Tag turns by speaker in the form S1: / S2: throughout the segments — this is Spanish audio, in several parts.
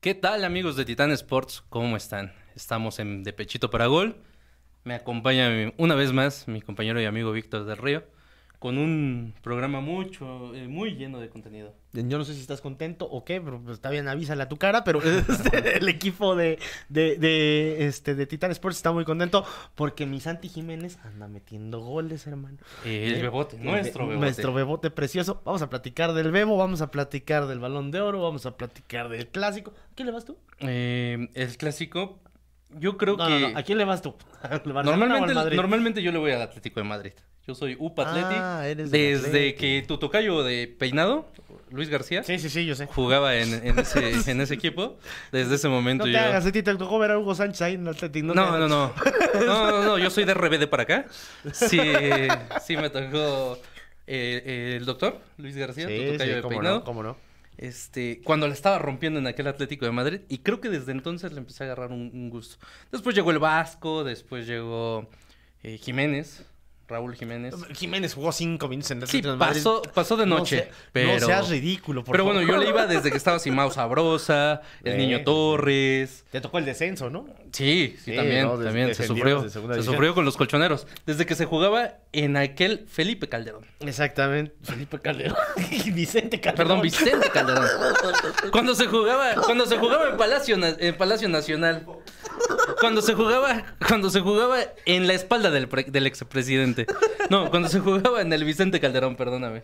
S1: ¿Qué tal amigos de Titán Sports? ¿Cómo están? Estamos en De Pechito para Gol. Me acompaña mi- una vez más mi compañero y amigo Víctor del Río con un programa mucho, eh, muy lleno de contenido.
S2: Yo no sé si estás contento o qué, pero pues, está bien, avísale a tu cara, pero este, el equipo de, de, de, este, de Titan Sports está muy contento porque mi Santi Jiménez anda metiendo goles, hermano.
S1: Eh, el
S2: Eh,
S1: bebote,
S2: el
S1: nuestro
S2: be-
S1: bebote.
S2: Nuestro bebote precioso. Vamos a platicar del Bebo, vamos a platicar del Balón de Oro, vamos a platicar del Clásico. ¿A quién le vas tú?
S1: Eh, el clásico, yo creo
S2: No,
S1: que...
S2: no, no, ¿a quién le vas tú? ¿Al Barcelona o al
S1: Normalmente,
S2: Madrid?
S1: normalmente yo le voy al Atlético de Madrid. Yo soy UPA Atleti.
S2: Ah, eres del
S1: desde
S2: Atleti.
S1: que tu tocayo de peinado, Luis García,
S2: Sí, sí, sí, yo sé.
S1: jugaba en, en ese, en ese equipo. Desde ese
S2: No
S1: momento
S2: te
S1: yo...
S2: hagas, a ti te tocó ver a Hugo Sánchez ahí en el Atlético.
S1: No,
S2: te
S1: no,
S2: hagas.
S1: no. No, no, no, yo soy de RBD para acá. Sí, sí me tocó eh, eh, el doctor Luis García, tu
S2: Sí,
S1: tocayo
S2: sí,
S1: de
S2: cómo
S1: peinado.
S2: no, cómo no.
S1: Este, cuando la estaba rompiendo en aquel Atlético de Madrid, y creo que desde entonces le empecé a agarrar un, un gusto. Después llegó el Vasco, después llegó eh, Jiménez, Raúl Jiménez.
S2: Jiménez jugó cinco minutos en el
S1: Sí,
S2: Atlético de Madrid.
S1: pasó, pasó de
S2: No
S1: noche,
S2: sea-
S1: pero...
S2: No seas ridículo, por
S1: pero bueno,
S2: favor.
S1: yo le iba desde que estaba Simao Sabrosa, el
S2: Eh,
S1: Niño
S2: sí.
S1: Torres,
S2: Te tocó el descenso, ¿no?
S1: Sí, sí,
S2: Sí,
S1: también,
S2: no, des-
S1: también se
S2: defendimos
S1: sufrió,
S2: de segunda
S1: se
S2: división.
S1: sufrió con los colchoneros, desde que se jugaba en aquel Felipe Calderón,
S2: Exactamente. Felipe Calderón. Vicente Calderón.
S1: perdón, Vicente Calderón, cuando se jugaba, cuando se jugaba en Palacio, Na- en Palacio Nacional, cuando se jugaba, cuando se jugaba en la espalda del, pre- del expresidente, no, cuando se jugaba en el Vicente Calderón, perdóname.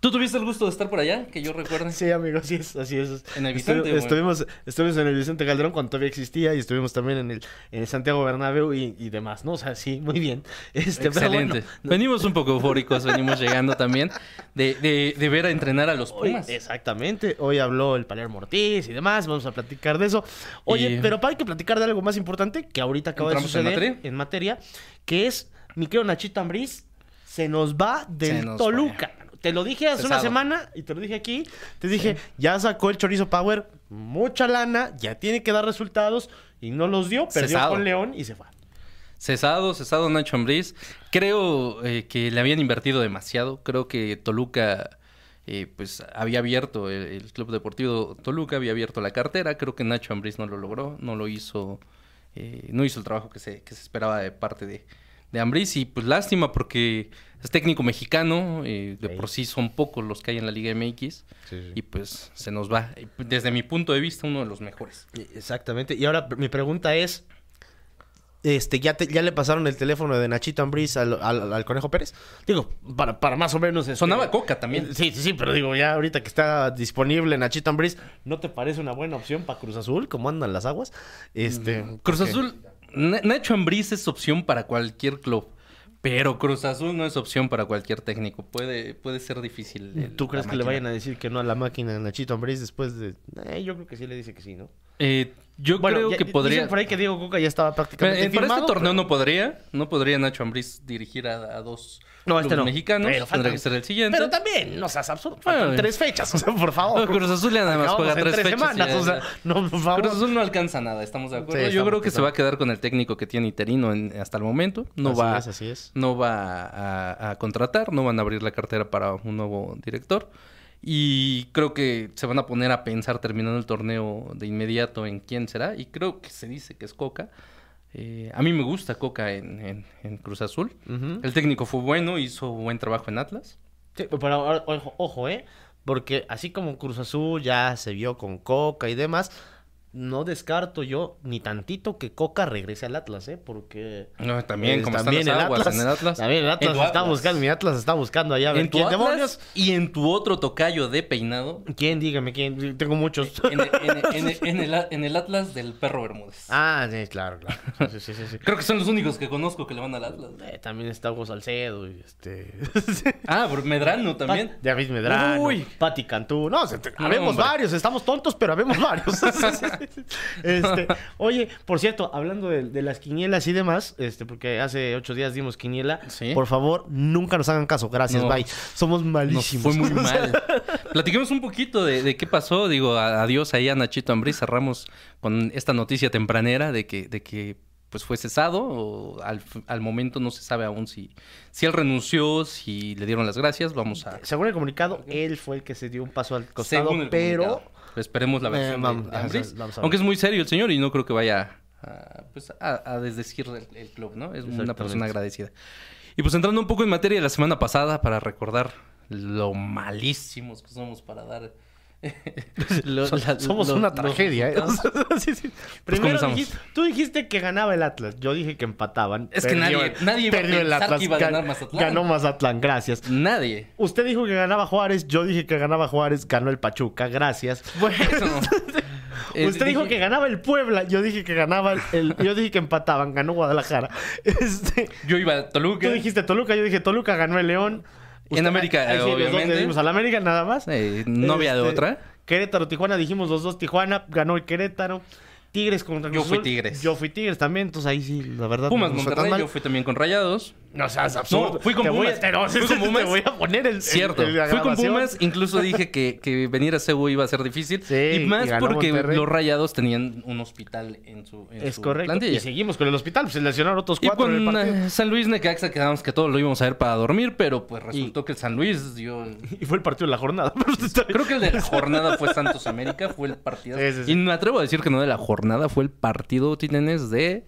S1: ¿Tú tuviste el gusto de estar por allá, que yo recuerde?
S2: Sí, amigo, así es, así es.
S1: En el Vicente,
S2: Estu-
S1: güey.
S2: estuvimos, estuvimos en el Vicente Calderón cuando todavía existía y estuvimos también en el, en el Santiago Bernabéu y, y demás, ¿no? O sea, sí, muy bien. Este, pero bueno,
S1: Excelente. Venimos un poco eufóricos, venimos llegando también de, de- de ver a entrenar a los
S2: Hoy-
S1: Pumas.
S2: exactamente, hoy habló el Palermo Ortiz y demás, vamos a platicar de eso. Oye,
S1: Y-
S2: pero para que platicar de algo más importante que ahorita acaba de
S1: ¿Entramos en
S2: suceder en materia?
S1: materia?
S2: que es mi querido Nachito Ambriz se nos va
S1: Se
S2: del
S1: nos
S2: Toluca. Te lo dije hace una
S1: Pesado.
S2: semana y te lo dije aquí, te dije, ya sacó el Chorizo Power, mucha lana, ya tiene que dar resultados y no los dio, perdió
S1: Cesado.
S2: con León y se fue.
S1: Cesado, cesado Nacho Ambriz. Creo eh, que le habían invertido demasiado. Creo que Toluca, eh, pues, había abierto el, el Club Deportivo Toluca, había abierto la cartera. Creo que Nacho Ambriz no lo logró, no lo hizo, eh, no hizo el trabajo que se, que se esperaba de parte de, de Ambriz. Y pues, lástima porque es técnico mexicano, eh, de
S2: Sí.
S1: por sí son pocos los que hay en la Liga MX. Y pues, se nos va. Desde mi punto de vista, uno de los mejores.
S2: E, Exactamente. Y ahora mi pregunta es, este, ¿ya, te- ya le pasaron el teléfono de Nachito Ambriz al, al- al Conejo Pérez? Digo, para, para más o menos... este-
S1: Sonaba Coca también.
S2: Sí, sí, sí, pero digo, ya ahorita que está disponible Nachito Ambriz, ¿no te parece una buena opción para Cruz Azul? ¿Cómo andan las aguas? Este,
S1: Mm, Cruz
S2: porque-
S1: Azul, Na- Nacho Ambriz es opción para cualquier club, pero Cruz Azul no es opción para cualquier técnico. Puede, puede ser difícil. el-
S2: ¿Tú crees
S1: la
S2: que le
S1: máquina.
S2: vayan a decir que no a la máquina de Nachito Ambriz después de...? Eh, yo creo que sí le dice que sí, ¿no?
S1: Eh, yo creo
S2: ya-
S1: que
S2: dicen
S1: podría.
S2: por ahí que Diego Coca ya estaba
S1: Pero,
S2: prácticamente
S1: eh, para este
S2: firmado,
S1: torneo no podría, no podría Nacho Ambriz dirigir a, a dos
S2: No, este
S1: clubes
S2: no.
S1: mexicanos.
S2: Pero
S1: Tendrá
S2: faltan-
S1: que ser el siguiente.
S2: Pero también, no seas absurdo.
S1: Bueno,
S2: faltan
S1: bien.
S2: tres fechas, o sea, por
S1: No,
S2: favor.
S1: Cruz Azul ya nada más
S2: Acabamos
S1: juega
S2: en
S1: tres, fechas y
S2: semanas,
S1: ya-
S2: o sea, no, por favor.
S1: Cruz Azul no alcanza nada, estamos de acuerdo.
S2: Sí,
S1: Yo
S2: estamos
S1: creo que se
S2: de
S1: va a quedar con el técnico que tiene Interino en- hasta el momento. No
S2: Así
S1: va,
S2: es, así es.
S1: no va a, a contratar, no van a abrir la cartera para un nuevo director. Y creo que se van a poner a pensar terminando el torneo de inmediato en quién será. Y creo que se dice que es Coca. Eh, a mí me gusta Coca en, en- en Cruz Azul.
S2: Ujú.
S1: El técnico fue bueno, hizo buen trabajo en Atlas.
S2: Sí, pero ahora, ojo, ojo, ¿eh? Porque así como Cruz Azul ya se vio con Coca y demás, no descarto yo ni tantito que Coca regrese al Atlas, ¿eh? Porque...
S1: No, también,
S2: eh,
S1: como están las aguas en el Atlas.
S2: También el Atlas
S1: En tu
S2: está
S1: Atlas.
S2: buscando, mi Atlas está buscando allá. a ver
S1: En tu
S2: quién
S1: Atlas
S2: demonios.
S1: y en tu otro tocayo de peinado.
S2: ¿Quién? Dígame, ¿quién? Tengo muchos.
S1: En el, en el- en el- en el a- en el Atlas del perro Bermúdez.
S2: Ah, sí, claro, claro. Sí, sí, sí. sí.
S1: Creo que son los únicos que conozco que le van al Atlas.
S2: Eh, también está Hugo Salcedo y este...
S1: Ah, pero Medrano también.
S2: Pat- David Medrano,
S1: Uy.
S2: Pati Cantú. No, se-
S1: No,
S2: habemos
S1: hombre.
S2: varios, estamos tontos, pero habemos varios. Este, oye, por cierto, hablando de, de las quinielas y demás, este, porque hace ocho días dimos quiniela.
S1: Sí.
S2: Por favor, nunca nos hagan caso. Gracias,
S1: No.
S2: bye. Somos
S1: Nos
S2: malísimos.
S1: fue muy mal. Platiquemos un poquito de, de qué pasó. Digo, a- adiós ahí a Nachito Ambriz. Cerramos con esta noticia tempranera de que, de que pues fue cesado. O al, al momento no se sabe aún si, si él renunció, si le dieron las gracias. Vamos a...
S2: Según el comunicado, él fue el que se dio un paso al costado,
S1: Según el
S2: pero
S1: comunicado. Esperemos la
S2: Eh,
S1: versión de-
S2: vamos-
S1: de
S2: vamos a-
S1: Ambriz.
S2: vamos a ver.
S1: Aunque es muy serio el señor y no creo que vaya a, pues, a- a desdecir el, el club, ¿no? Es una
S2: Exactamente.
S1: persona agradecida. Y pues entrando un poco en materia de la semana pasada para recordar lo malísimos que somos para dar... lo- la-
S3: Somos
S1: lo- Pues,
S3: una
S1: los
S3: tragedia, ¿eh?
S1: resultados.
S2: Sí, sí. Primero
S1: comenzamos.
S2: dijiste- tú dijiste que ganaba el Atlas. Yo dije que empataban.
S1: Es que
S2: Perdió
S1: nadie- nadie iba a
S2: perdió el
S1: pensar
S2: Atlas.
S1: que iba a ganar
S2: Gan-
S1: Mazatlán.
S2: Ganó Mazatlán, gracias.
S1: Nadie.
S2: Usted dijo que ganaba Juárez, yo dije que ganaba Juárez, ganó el Pachuca, gracias.
S1: Bueno. Eh,
S2: Usted dijo
S1: dije-
S2: que ganaba el Puebla, yo dije que ganaba el, el- yo dije que empataban, ganó Guadalajara. Este,
S1: Yo iba a Toluca.
S2: tú dijiste Toluca, yo dije Toluca, ganó el León.
S1: En América,
S2: ahí sí, los dos le
S1: obviamente.
S2: dimos al América nada más.
S1: Eh, no había de
S2: Este,
S1: otra.
S2: Querétaro, Tijuana, dijimos los dos Tijuana, ganó el Querétaro. Tigres contra
S1: Yo
S2: Cruz
S1: fui
S2: Azul,
S1: Tigres.
S2: Yo fui Tigres también, entonces ahí sí, la verdad.
S1: Pumas
S2: no nos fue tan
S1: Monterrey,
S2: mal.
S1: yo fui también con Rayados.
S2: No seas absurdo.
S1: fui con
S2: Te voy a-
S1: Pumas.
S2: te- no,
S1: Fui
S2: sí,
S1: con
S2: sí, te
S1: Pumas.
S2: voy a poner el.
S1: Cierto.
S2: el- la
S1: Fui con
S2: grabación.
S1: Pumas, incluso dije que, que venir a Cebu iba a ser difícil.
S2: Sí,
S1: y más
S2: y ganó
S1: porque
S2: Monterrey.
S1: los Rayados tenían un hospital en su, en
S2: Es
S1: su
S2: correcto. Y
S1: plantilla.
S2: seguimos con el hospital, pues se lesionaron otros
S1: Y
S2: cuatro en el
S1: con
S2: partido.
S1: eh, San Luis Necaxa quedábamos que todos lo íbamos a ver para dormir, pero pues resultó que el San Luis dio...
S2: Y fue el partido de la jornada. pero está bien.
S1: Creo que el de la jornada fue Santos América, fue el partido.
S2: Sí, sí, sí.
S1: Y me atrevo a decir que no de la jornada, fue el partido titanes de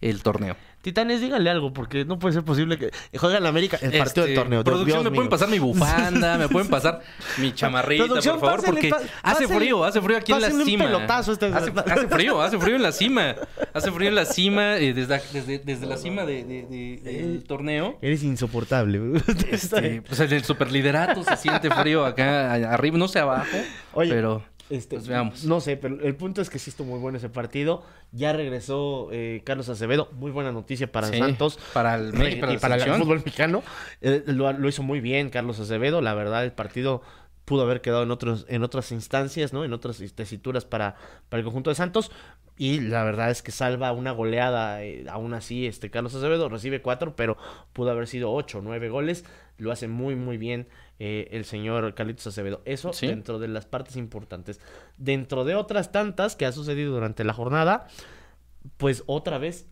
S1: el torneo.
S2: Titanes, díganle algo, porque no puede ser posible que. Juega en la América el partido
S1: Este,
S2: del torneo. Dios
S1: Producción, me
S2: mío.
S1: pueden pasar mi bufanda, me pueden pasar mi chamarrita,
S2: Producción,
S1: por favor,
S2: pásenle,
S1: porque
S2: pa-
S1: hace
S2: pásenle-
S1: frío, hace frío aquí en la
S2: pásenle un
S1: cima.
S2: pelotazo a este-
S1: hace, hace frío, hace frío en la cima. Hace frío en la cima, eh, desde, desde, desde la cima de- de- de- del torneo.
S2: Eres insoportable. bro. Está
S1: Este,
S2: bien.
S1: pues el del superliderato se siente frío acá a- arriba, no sé abajo,
S2: Oye,
S1: pero
S2: Este,
S1: pues veamos.
S2: No sé, pero el punto es que sí estuvo muy bueno ese partido. Ya regresó eh, Carlos Acevedo. Muy buena noticia para
S1: Sí,
S2: Santos.
S1: para el México, para
S2: y
S1: la
S2: para el
S1: selección.
S2: fútbol mexicano. Eh, lo, lo hizo muy bien Carlos Acevedo. La verdad, el partido pudo haber quedado en otros en otras instancias, ¿no? En otras tesituras para, para el conjunto de Santos. Y la verdad es que salva una goleada. eh, aún así, este Carlos Acevedo recibe cuatro, pero pudo haber sido ocho, nueve goles. Lo hace muy, muy bien eh, el señor Carlitos Acevedo. Eso
S1: Sí.
S2: dentro de las partes importantes. Dentro de otras tantas que ha sucedido durante la jornada, pues otra vez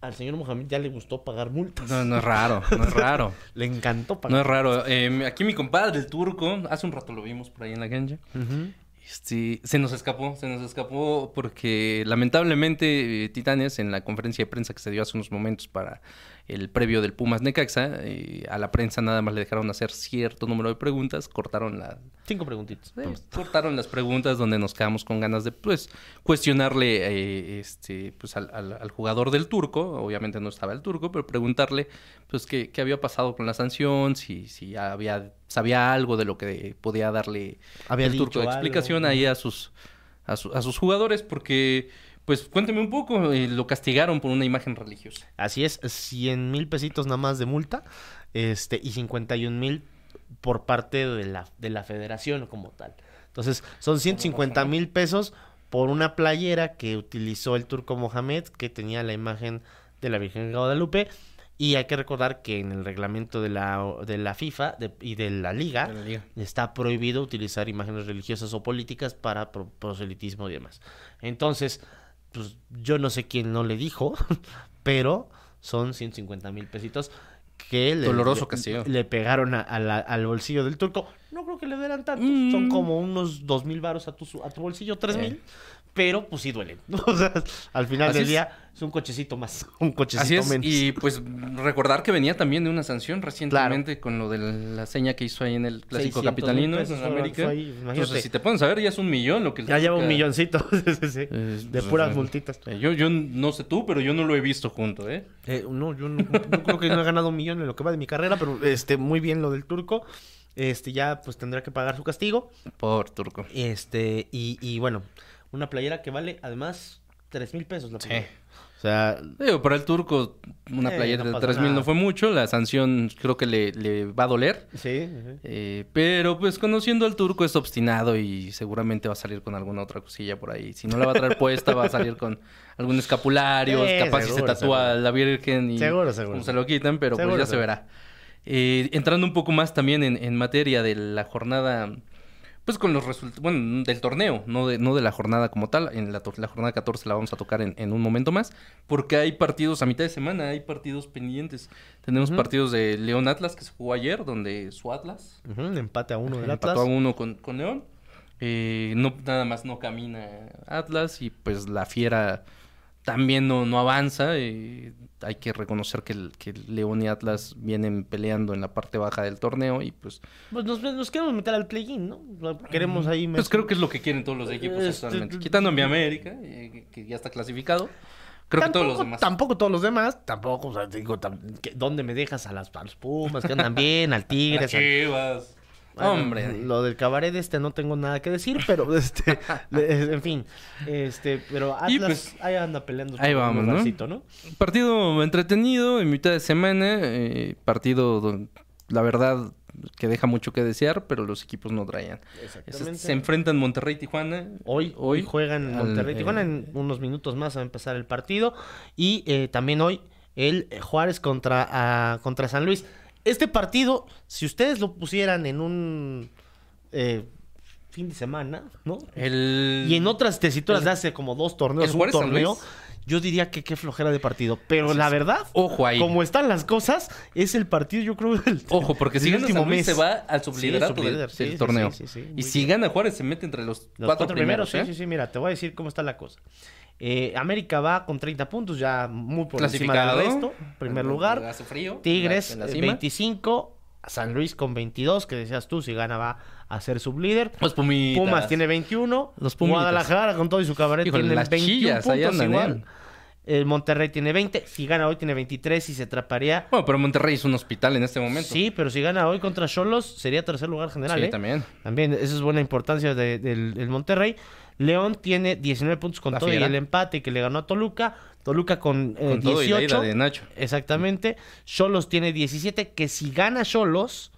S2: al señor Mohamed ya le gustó pagar multas.
S1: no, no es raro, no es raro.
S2: Le encantó
S1: No
S2: pagar.
S1: es raro. Eh, aquí mi compadre, el turco, hace un rato lo vimos por ahí en la cancha.
S2: Ujú.
S1: Este, se nos escapó, se nos escapó porque lamentablemente eh, Titanes en la conferencia de prensa que se dio hace unos momentos para el previo del Pumas Necaxa, eh, a la prensa nada más le dejaron hacer cierto número de preguntas, cortaron la,
S2: Cinco preguntitas.
S1: eh, cortaron las preguntas donde nos quedamos con ganas de pues cuestionarle eh, este pues al, al- al jugador del turco obviamente no estaba el turco pero preguntarle pues qué, qué había pasado con la sanción si si había sabía algo de lo que podía darle
S2: Había
S1: el
S2: dicho
S1: turco de explicación
S2: algo.
S1: ahí a sus a, su- a sus jugadores porque pues cuénteme un poco eh, lo castigaron por una imagen religiosa
S2: Así es, 100 mil pesitos nada más de multa este, y 51 mil por parte de la, de la federación como tal. Entonces, son 150 mil pesos por una playera que utilizó el turco Mohamed que tenía la imagen de la Virgen de Guadalupe. Y hay que recordar que en el reglamento de la, de la FIFA de- y de la Liga,
S1: de la liga.
S2: está prohibido utilizar imágenes religiosas o políticas para pro- proselitismo y demás. Entonces, pues yo no sé quién no le dijo, pero son 150 mil pesitos que le,
S1: Doloroso castigo.
S2: le, le pegaron a- a la- al bolsillo del turco. No creo que le dieran tanto,
S1: Mm.
S2: son como unos dos mil varos a tu, su- a tu bolsillo, tres
S1: Eh.
S2: mil. Pero pues sí duelen. O sea, al final
S1: Así
S2: del
S1: es.
S2: día es un cochecito más, un
S1: Así
S2: cochecito
S1: es,
S2: menos.
S1: y pues recordar que venía también de una sanción recientemente con lo de la seña que hizo ahí en el Clásico
S2: 600 mil
S1: Capitalino
S2: pesos
S1: en
S2: fueron-
S1: América.
S2: fue ahí, imagínate.
S1: Entonces, si te pones a ver, ya es un millón lo que...
S2: Ya lleva un milloncito sí, sí, sí, de puras multitas.
S1: Yo, yo no sé tú, pero yo no lo he visto junto, ¿eh?
S2: Eh, no, yo no, no creo que no he ganado un millón en lo que va de mi carrera, pero este, muy bien lo del turco. Este, ya pues tendrá que pagar su castigo.
S1: Por turco.
S2: Este, y, y bueno, una playera que vale además tres mil pesos la
S1: Sí.
S2: playera. O sea,
S1: Digo, para el turco, una
S2: Eh,
S1: playera
S2: no
S1: de
S2: pasa
S1: 3 mil no
S2: nada.
S1: fue mucho. La sanción creo que le, le va a doler.
S2: sí. ujú.
S1: Eh, pero pues conociendo al turco es obstinado y seguramente va a salir con alguna otra cosilla por ahí. Si no la va a traer puesta, va a salir con algún escapulario,
S2: Sí,
S1: capaz si se
S2: seguro,
S1: tatúa
S2: seguro.
S1: la Virgen y
S2: Seguro, seguro.
S1: cómo se lo quitan, pero
S2: Seguro,
S1: pues ya se
S2: seguro.
S1: verá. Eh, entrando un poco más también en, en materia de la jornada, pues con los resultados, bueno, del torneo, no de, no de la jornada como tal. En la, tor- la jornada 14 la vamos a tocar en, en un momento más, porque hay partidos a mitad de semana, hay partidos pendientes. Tenemos
S2: Ujú.
S1: partidos de León Atlas que se jugó ayer, donde su Atlas
S2: Ujú, Empate a uno del
S1: Eh, empató
S2: Atlas.
S1: a uno con, con León. Eh, no, nada más no camina Atlas y pues la fiera también no, no avanza. eh, hay que reconocer que, el- que León y Atlas vienen peleando en la parte baja del torneo y pues,
S2: Pues nos, nos queremos meter al play-in, ¿no? O sea, Queremos ahí...
S1: pues creo que es lo que quieren todos los equipos
S2: Este,
S1: actualmente. Quitando a mi América, eh, que- que ya está clasificado. Creo que
S2: tampoco,
S1: todos los demás.
S2: Tampoco todos los demás. Tampoco, o sea, digo, tam- que- ¿dónde me dejas a las, a los Pumas? Que andan bien, al
S1: Las
S2: Tigres, al
S1: Chivas.
S2: Bueno,
S1: Hombre.
S2: Lo del cabaret este no tengo nada que decir, pero este, le- en fin, este, pero Atlas
S1: Y pues,
S2: ahí anda peleando.
S1: ahí
S2: por un
S1: vamos, ¿no?
S2: lugarcito, ¿no?
S1: Partido entretenido en mitad de semana. eh, partido, don- la verdad, que deja mucho que desear, pero los equipos no traían. Es-
S2: Exactamente.
S1: se enfrentan Monterrey y Tijuana.
S2: Hoy, hoy juegan en
S1: al- eh,
S2: Monterrey. Tijuana en unos minutos más va a empezar el partido. Y eh, también hoy el Juárez contra, ah, contra San Luis. Este partido, si ustedes lo pusieran en un eh, fin de semana, ¿no?
S1: El...
S2: Y en otras tesituras
S1: el-
S2: de hace como dos torneos,
S1: el
S2: un
S1: Juárez San
S2: torneo,
S1: Luis.
S2: yo diría que qué flojera de partido. Pero la verdad,
S1: Ojo ahí.
S2: como están las cosas, es el partido, yo creo, del
S1: Ojo, porque si
S2: del
S1: gana San
S2: último
S1: Luis
S2: mes.
S1: se va al subliderato
S2: sublíder,
S1: del,
S2: sí,
S1: del
S2: sí,
S1: torneo.
S2: sí, sí, sí, muy
S1: y si
S2: bien.
S1: gana Juárez se mete entre los,
S2: Los
S1: cuatro, primeros.
S2: sí,
S1: ¿eh?
S2: sí, sí, mira, te voy a decir cómo está la cosa. Eh, América va con 30 puntos, ya muy por encima del
S1: Clasificado.
S2: resto, primer lugar.
S1: Hace frío.
S2: Tigres
S1: en la
S2: eh,
S1: cima.
S2: 25, San Luis con 22, que decías tú, si gana va a ser sublíder.
S1: Los Pues Pumitas.
S2: Pumas tiene 21.
S1: Los Pumitas.
S2: Guadalajara con todo y su cabaret
S1: Híjole,
S2: tiene
S1: las
S2: 21
S1: chillas, ahí
S2: puntos
S1: andan,
S2: igual.
S1: ¿eh?
S2: El Monterrey tiene 20. Si gana hoy tiene 23 y se atraparía.
S1: Bueno, pero Monterrey es un hospital en este momento.
S2: Sí, pero si gana hoy contra Cholos sería tercer lugar general.
S1: Sí,
S2: ¿eh?
S1: también.
S2: También, esa es buena importancia de- del, del Monterrey. León tiene 19 puntos con
S1: La
S2: todo y
S1: fiera.
S2: el empate que le ganó a Toluca. Toluca con, eh,
S1: Con todo y la
S2: 18.
S1: ida de Nacho.
S2: Exactamente. Cholos tiene 17, que si gana Cholos,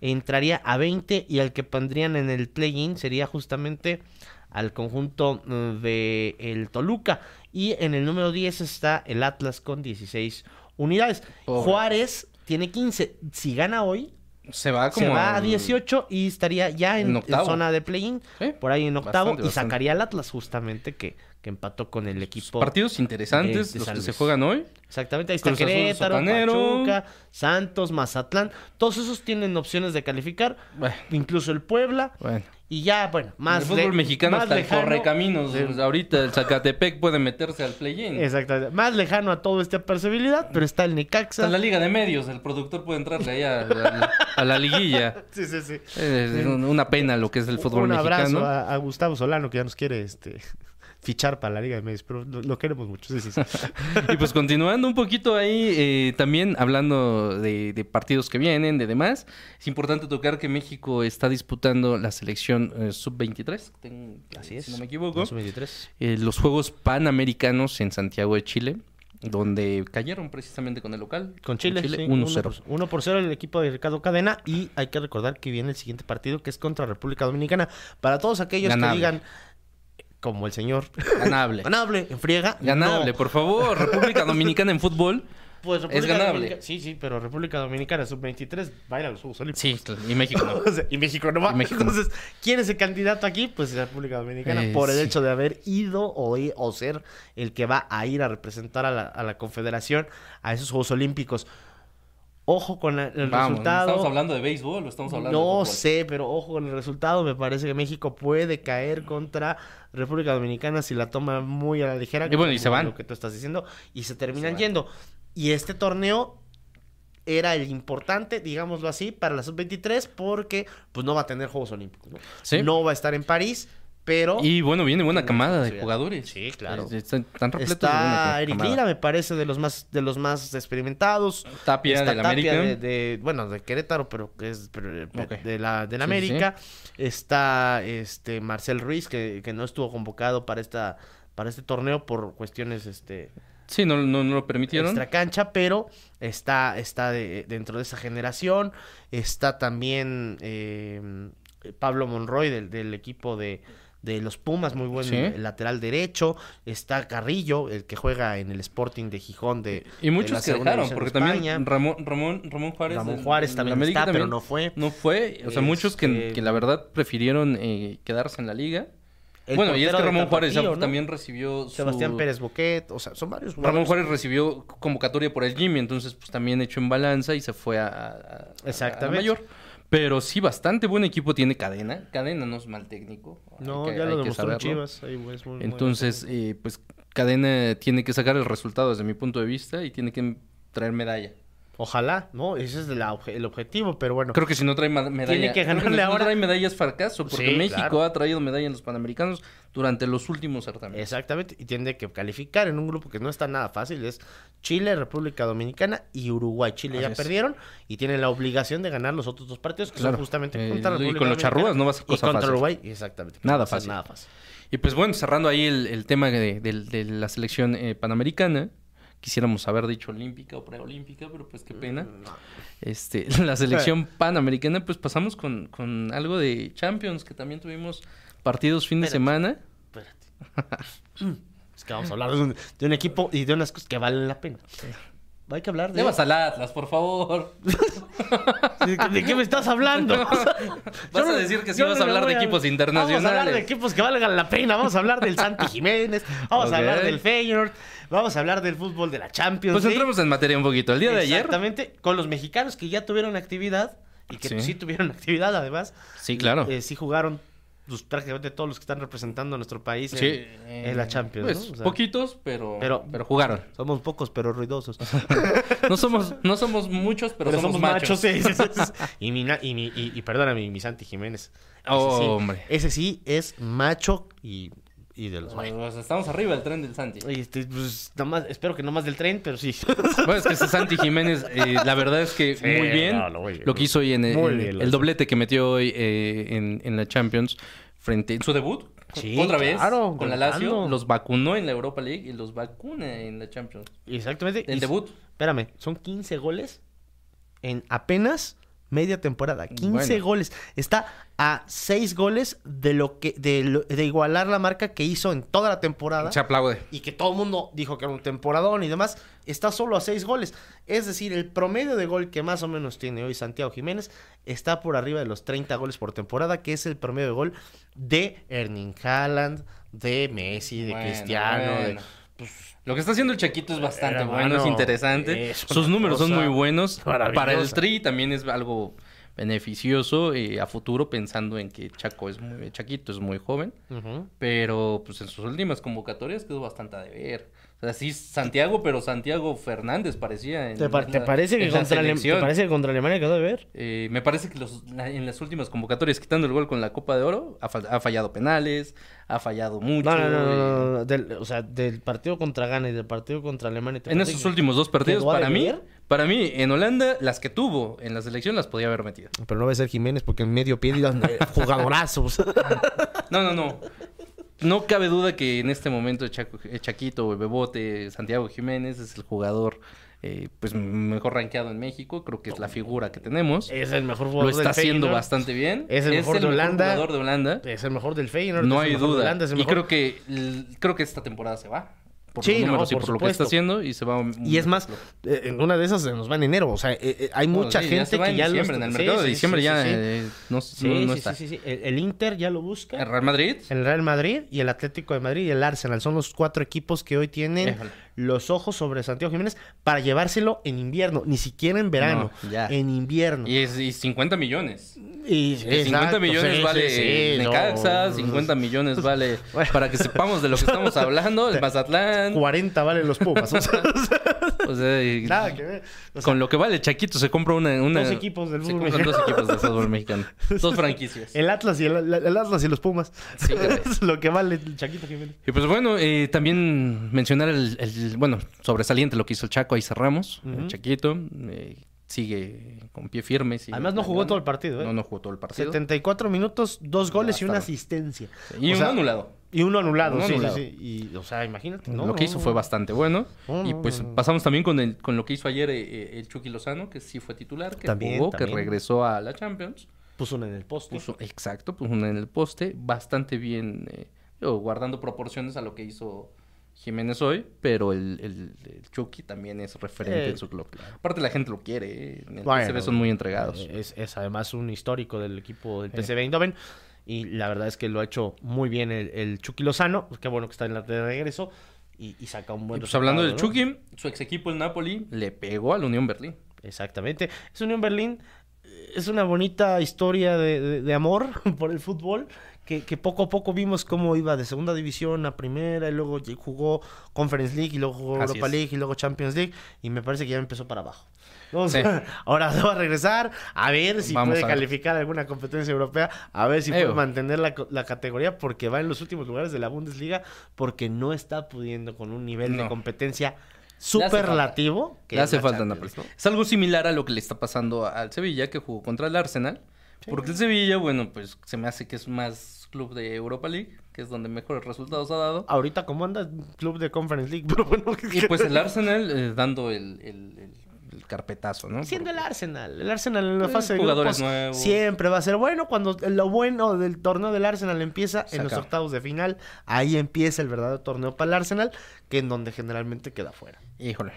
S2: entraría a 20 y al que pondrían en el play-in sería justamente al conjunto mm, de el Toluca. Y en el número 10 está el Atlas con 16 unidades.
S1: Pobre.
S2: Juárez tiene 15. Si gana hoy,
S1: Se va como
S2: se va a
S1: al-
S2: 18 y estaría ya en,
S1: en
S2: en
S1: octavo.
S2: zona de play-in,
S1: Sí.
S2: por ahí en
S1: Bastante,
S2: octavo, y
S1: bastante. Pues
S2: sacaría al Atlas justamente que, que empató con el equipo.
S1: Partidos interesantes
S2: de- de
S1: los
S2: San
S1: que se
S2: Luis.
S1: juegan hoy.
S2: Exactamente, ahí está
S1: Cruz Azul,
S2: Querétaro,
S1: Sotanero.
S2: Pachuca, Santos, Mazatlán. Todos esos tienen opciones de calificar,
S1: Bueno,
S2: incluso el Puebla.
S1: bueno.
S2: Y ya, bueno, más
S1: el fútbol
S2: le-
S1: mexicano
S2: más
S1: hasta el
S2: lejano-
S1: correcaminos.
S2: Sí.
S1: Pues Ahorita el Zacatepec puede meterse al play-in.
S2: Exactamente, más lejano a toda esta percibilidad, pero está el Necaxa.
S1: Hasta la liga de medios, el productor puede entrarle ahí a, a- a la liguilla.
S2: Sí, sí, sí.
S1: Es un- una pena lo que es el fútbol
S2: Un abrazo
S1: mexicano.
S2: a, a Gustavo Solano que ya nos quiere este fichar para la Liga de Medios, pero lo, lo queremos mucho. Sí, sí, sí.
S1: Y pues continuando un poquito ahí, eh, también hablando de, de partidos que vienen, de demás, es importante tocar que México está disputando la selección eh, sub-23, ten-
S2: Así es.
S1: si no me equivoco,
S2: Dos veintitrés.
S1: eh, los Juegos Panamericanos en Santiago de Chile, donde cayeron precisamente con el local.
S2: Con Chile, sí,
S1: 1-0.
S2: uno por- uno por 0 el equipo de Ricardo Cadena y hay que recordar que viene el siguiente partido que es contra República Dominicana. Para todos aquellos que
S1: Ganable.
S2: digan, como el señor,
S1: Ganable.
S2: ganable, en friega.
S1: Ganable,
S2: no.
S1: por favor. República Dominicana en fútbol.
S2: Pues
S1: es ganable.
S2: Dominica- sí, sí, pero República Dominicana sub-23 va a ir a los Juegos Olímpicos.
S1: Sí, y México no.
S2: O sea, y México no va.
S1: Y México no.
S2: Entonces, ¿quién es el candidato aquí? Pues la República Dominicana,
S1: Eh,
S2: por el
S1: sí.
S2: hecho de haber ido o, i- o ser el que va a ir a representar a la, a la Confederación a esos Juegos Olímpicos. Ojo con la- el
S1: Vamos,
S2: resultado.
S1: ¿Estamos hablando de béisbol o estamos hablando de
S2: No
S1: fútbol?
S2: sé, pero ojo con el resultado. Me parece que México puede caer contra República Dominicana si la toma muy a la ligera.
S1: Y bueno, y se
S2: como
S1: van.
S2: Lo que tú estás diciendo. Y se terminan
S1: van.
S2: yendo. Y este torneo era el importante, digámoslo así, para la sub-23 porque pues no va a tener Juegos Olímpicos. ¿no?
S1: Sí.
S2: No va a estar en París, pero...
S1: Y bueno, viene buena
S2: Sí,
S1: camada de
S2: sí,
S1: jugadores.
S2: sí, claro.
S1: Es- Están, están repletos de buena
S2: Está
S1: ca-
S2: Eric
S1: camada.
S2: Lira, me parece, de los más, de los más experimentados.
S1: Tapia
S2: Está
S1: del
S2: Tapia
S1: América.
S2: De, de- bueno, de Querétaro, pero que es pero, eh,
S1: Ok.
S2: de la del
S1: Sí,
S2: América. Está este Marcel Ruiz, que, que no estuvo convocado para esta para este torneo por cuestiones este
S1: Sí, no, no, no lo permitieron.
S2: extra cancha, pero está, está de- dentro de esa generación. Está también eh, Pablo Monroy del, del equipo de, de los Pumas, muy buen
S1: Sí.
S2: lateral derecho. Está Carrillo, el que juega en el Sporting de Gijón de
S1: Y
S2: de la
S1: muchos que
S2: segunda
S1: dejaron,
S2: división de
S1: porque
S2: España.
S1: también Ramón, Ramón, Ramón Juárez.
S2: Ramón
S1: del-
S2: Juárez
S1: del
S2: también
S1: América
S2: está, pero
S1: también
S2: no fue.
S1: no fue. O sea, muchos que,
S2: Este-
S1: que la verdad prefirieron eh, quedarse en la liga.
S2: El
S1: bueno, y es
S2: portero
S1: que
S2: de
S1: Ramón Juárez ya
S2: Tapatío, ¿no?
S1: también recibió su...
S2: Sebastián Pérez Boquet, o sea, son varios
S1: Ramón
S2: jugadores.
S1: Juárez recibió convocatoria por el Jimmy, entonces pues también hecho en balanza y se fue a, a- a- a la
S2: Exactamente.
S1: mayor. Pero sí, bastante buen equipo tiene cadena. Cadena no es mal técnico. hay
S2: No,
S1: que-
S2: ya
S1: hay
S2: lo
S1: que
S2: demostró en
S1: saberlo.
S2: Chivas. ahí, güey, es muy- muy buen
S1: Entonces,
S2: técnico.
S1: eh, pues cadena tiene que sacar el resultado desde mi punto de vista y tiene que traer medalla.
S2: Ojalá, ¿no? Ese es la obje- el objetivo, pero bueno.
S1: Creo que si no trae ma- medalla.
S2: Tiene que
S1: creo
S2: ganarle
S1: si
S2: ahora.
S1: No trae medalla es fracaso, porque
S2: Sí,
S1: México
S2: claro.
S1: ha traído medalla en los panamericanos durante los últimos certámenes.
S2: Exactamente, y tiene que calificar en un grupo que no está nada fácil, es Chile, República Dominicana y Uruguay. Chile
S1: Así
S2: ya
S1: es.
S2: perdieron y tienen la obligación de ganar los otros dos partidos, que
S1: Claro,
S2: son justamente
S1: eh,
S2: contra
S1: y
S2: República
S1: con los
S2: Dominicana
S1: charrúas no va a ser
S2: y
S1: cosa
S2: contra
S1: fácil.
S2: Uruguay, exactamente. que
S1: Nada
S2: no va a ser
S1: fácil.
S2: Nada fácil.
S1: Y pues bueno, cerrando ahí el, el tema de, del- de la selección eh, panamericana. Quisiéramos haber dicho olímpica o preolímpica, pero pues qué pena.
S2: Mm,
S1: Este, la selección panamericana, pues pasamos con, con algo de Champions, que también tuvimos partidos fin de
S2: Espérate.
S1: semana.
S2: Espérate. es que vamos a hablar de un, de un equipo y de unas cosas que valen la pena. Hay que hablar de...
S1: Le vas al Atlas, por favor.
S2: ¿De qué- de qué me estás hablando?
S1: Vas a decir que sí
S2: yo
S1: vas a
S2: le
S1: hablar de
S2: voy
S1: equipos
S2: Vamos a hablar de
S1: internacionales.
S2: equipos que valgan la pena. Vamos a hablar del Santi Jiménez. Vamos
S1: Ok.
S2: a hablar del Feyenoord. Vamos a hablar del fútbol de la Champions
S1: Pues
S2: League.
S1: entramos en materia un poquito. El día de ayer,
S2: Exactamente. Con los mexicanos que ya tuvieron actividad. Y que pues
S1: Sí.
S2: sí, tuvieron actividad, además.
S1: Sí, claro.
S2: Eh, sí jugaron pues, prácticamente todos los que están representando a nuestro país
S1: Sí,
S2: en,
S1: eh,
S2: en la Champions.
S1: Pues,
S2: ¿no? O sea,
S1: poquitos, pero, pero,
S2: pero-
S1: jugaron.
S2: Somos pocos, pero ruidosos.
S1: No somos, no somos muchos, pero, somos, machos.
S2: sí, sí, sí, sí. Y, mi, na- y, mi, y, y perdóname, mi Santi Jiménez. Ese
S1: Oh,
S2: sí-
S1: hombre.
S2: Ese sí es macho y, y de los machos.
S1: O sea, estamos arriba del tren del Santi.
S2: Este, pues, nomás- espero que no más del tren, pero sí.
S1: Bueno, es que ese Santi Jiménez, eh, la verdad es que
S2: Sí,
S1: muy, bien,
S2: no, lo muy bien.
S1: lo que hizo hoy en, en-
S2: Muy bien lo
S1: el
S2: hizo.
S1: doblete que metió hoy eh, en, en la Champions frente en su debut.
S2: Sí,
S1: otra vez
S2: claro,
S1: con la Lazio,
S2: ganando.
S1: los vacunó en la Europa League y los vacuna en la Champions.
S2: Exactamente.
S1: El
S2: Y-
S1: debut.
S2: Espérame, son 15 goles en apenas media temporada. 15
S1: Bueno.
S2: goles. Está a 6 goles de lo que de, lo- de igualar la marca que hizo en toda la temporada.
S1: Se aplaude.
S2: y que todo el mundo dijo que era un temporadón y demás, está solo a seis goles. Es decir, el promedio de gol que más o menos tiene hoy Santiago Jiménez está por arriba de los 30 goles por temporada, que es el promedio de gol de Erling Haaland, de Messi, de
S1: Bueno,
S2: Cristiano. de-
S1: bueno. pues, Lo que está haciendo el Chaquito es bastante
S2: Hermano,
S1: bueno, es interesante.
S2: es una
S1: Sus números son
S2: cosa
S1: muy buenos. Para el
S2: maravillosa.
S1: Tri también es algo beneficioso eh, a futuro pensando en que Chaco es muy, Chaquito es muy joven,
S2: Ujú.
S1: pero pues en sus últimas convocatorias quedó bastante a deber. O sea, sí Santiago, pero Santiago Fernández parecía en
S2: ¿Te, par-
S1: la-
S2: te parece que
S1: en la
S2: contra Ale-
S1: selección.
S2: ¿Te parece que contra Alemania quedó de ver?
S1: Eh, me parece que los- la- en las últimas convocatorias, quitando el gol con la Copa de Oro, ha, fal- ha fallado penales, ha fallado mucho.
S2: No, no, no, no,
S1: eh,
S2: no, no, del- o sea, del partido contra Ghana y del partido contra Alemania. ¿te
S1: En
S2: parece
S1: esos
S2: que-
S1: últimos dos partidos,
S2: ¿Llegó a
S1: para mí,
S2: deber?
S1: para mí, en Holanda, las que tuvo en la selección las podía haber metido.
S2: Pero no va a ser Jiménez porque en medio pie dirán, eh, jugadorazos.
S1: No, no, no. No cabe duda que en este momento Chaco- eh, Chaquito, el Bebote, Santiago Jiménez es el jugador eh, pues mejor rankeado en México. Creo que es la figura que tenemos.
S2: es el mejor
S1: Lo
S2: jugador
S1: está
S2: del
S1: haciendo
S2: Feyenoord.
S1: bastante bien.
S2: Es el mejor de Holanda.
S1: jugador de Holanda.
S2: Es el mejor del Feyenoord.
S1: No
S2: es el
S1: hay
S2: mejor de
S1: duda.
S2: Holanda, es el
S1: Y
S2: mejor-
S1: creo que l- creo que esta temporada se va. Por
S2: Sí,
S1: los
S2: no,
S1: números y
S2: por
S1: por lo que está
S2: supuesto.
S1: haciendo y se va.
S2: Y es más, eh, en una de esas se nos va en enero. O sea, eh, eh, hay
S1: No,
S2: mucha
S1: sí, ya se
S2: gente
S1: va
S2: que
S1: en
S2: ya lo
S1: diciembre,
S2: está-
S1: en el
S2: sí,
S1: mercado de
S2: sí,
S1: diciembre
S2: sí,
S1: ya
S2: sí, sí.
S1: eh, no,
S2: Sí,
S1: no- no
S2: sí,
S1: está.
S2: sí, sí, sí. El, el Inter ya lo
S1: El
S2: busca.
S1: Real Madrid.
S2: El Real Madrid y el Atlético de Madrid y el Arsenal son los cuatro equipos que hoy tienen
S1: Híjole.
S2: los ojos sobre Santiago Jiménez para llevárselo en invierno, ni siquiera en verano,
S1: No, ya.
S2: en invierno.
S1: Y, es, y 50 millones.
S2: Y-
S1: Que 50
S2: exacto,
S1: millones
S2: sí,
S1: vale
S2: sí, sí, no.
S1: Necaxa, 50 millones vale.
S2: Bueno.
S1: Para que sepamos de lo que estamos hablando, el Mazatlán.
S2: 40 valen los Pumas. o sea,
S1: O sea, y-
S2: nada que ver. O sea,
S1: con lo que vale Chaquito se compra una. una-
S2: Dos equipos del
S1: se
S2: fútbol
S1: compran
S2: mexicano.
S1: Dos equipos del fútbol mexicano. Dos franquicias.
S2: El Atlas y el, el Atlas y los Pumas.
S1: Sí, güey.
S2: es lo que vale el Chaquito Jiménez.
S1: Y pues bueno, eh, también mencionar el, el- bueno, sobresaliente lo que hizo el Chaco, ahí cerramos, el
S2: Ujú.
S1: Chaquito, eh, sigue con pie firme. sigue
S2: Además, no jugó
S1: mandando.
S2: todo el partido, ¿eh?
S1: No, no jugó todo el partido.
S2: 74 minutos, dos goles y una
S1: Bastante.
S2: asistencia.
S1: Y
S2: O
S1: un
S2: sea,
S1: anulado.
S2: Y uno anulado,
S1: Uno
S2: sí,
S1: anulado.
S2: sí, sí. Y, o sea, imagínate.
S1: lo
S2: no,
S1: que
S2: no,
S1: hizo
S2: no.
S1: fue bastante bueno.
S2: No,
S1: y
S2: no,
S1: pues
S2: no, no.
S1: pasamos también con, el, con lo que hizo ayer eh, eh, el Chucky Lozano, que sí fue titular, que
S2: También,
S1: jugó, que
S2: también.
S1: regresó a la Champions.
S2: Puso uno en el poste.
S1: Puso, exacto, puso una en el poste, bastante bien, eh, digo, guardando proporciones a lo que hizo Jiménez hoy, pero el, el- el Chucky también es referente
S2: Eh,
S1: en su club. Aparte la gente lo quiere, eh, en el
S2: Bueno,
S1: PSV son muy entregados.
S2: Eh, Es, es además un histórico del equipo del PSV Eindhoven. Y la verdad es que lo ha hecho muy bien el, el Chucky Lozano. Pues Qué bueno que está en la de regreso. Y, y saca un
S1: Y
S2: buen
S1: pues hablando del
S2: resultado, ¿no?
S1: Chucky, su ex equipo el Napoli le pegó al Unión Berlín.
S2: Exactamente. Es Unión Berlín eh, es una bonita historia de, de- de amor por el fútbol. Que, que poco a poco vimos cómo iba de segunda división a primera y luego ll- jugó Conference League y luego jugó
S1: Así
S2: Europa
S1: es.
S2: League y luego Champions League y me parece que ya empezó para abajo. ¿no? O
S1: Sí.
S2: sea, ahora va a regresar a ver si
S1: Vamos
S2: puede
S1: a ver.
S2: calificar alguna competencia europea, a ver si
S1: Eo.
S2: puede mantener la, co- la categoría porque va en los últimos lugares de la Bundesliga porque no está pudiendo con un nivel de
S1: No.
S2: competencia
S1: falta.
S2: superlativo. que
S1: Le
S2: es
S1: hace
S2: la
S1: falta
S2: Champions,
S1: Nápoles.
S2: ¿no?
S1: Es algo similar a lo que le está pasando a- al Sevilla, que jugó contra el Arsenal. Porque el Sevilla, bueno, pues se me hace que es más club de Europa League, que es donde mejores resultados ha dado.
S2: Ahorita como anda el club de Conference League, pero bueno,
S1: Y pues el Arsenal eh, dando el, el- el- el carpetazo, ¿no?
S2: siendo
S1: Porque-
S2: el Arsenal, el Arsenal en la
S1: Eh,
S2: fase de
S1: jugadores
S2: grupos
S1: nuevos.
S2: siempre va a ser bueno cuando lo bueno del torneo del Arsenal empieza
S1: Se
S2: en los
S1: acaba.
S2: octavos de final, ahí empieza el verdadero torneo para el Arsenal, que en donde generalmente queda fuera.
S1: Híjole.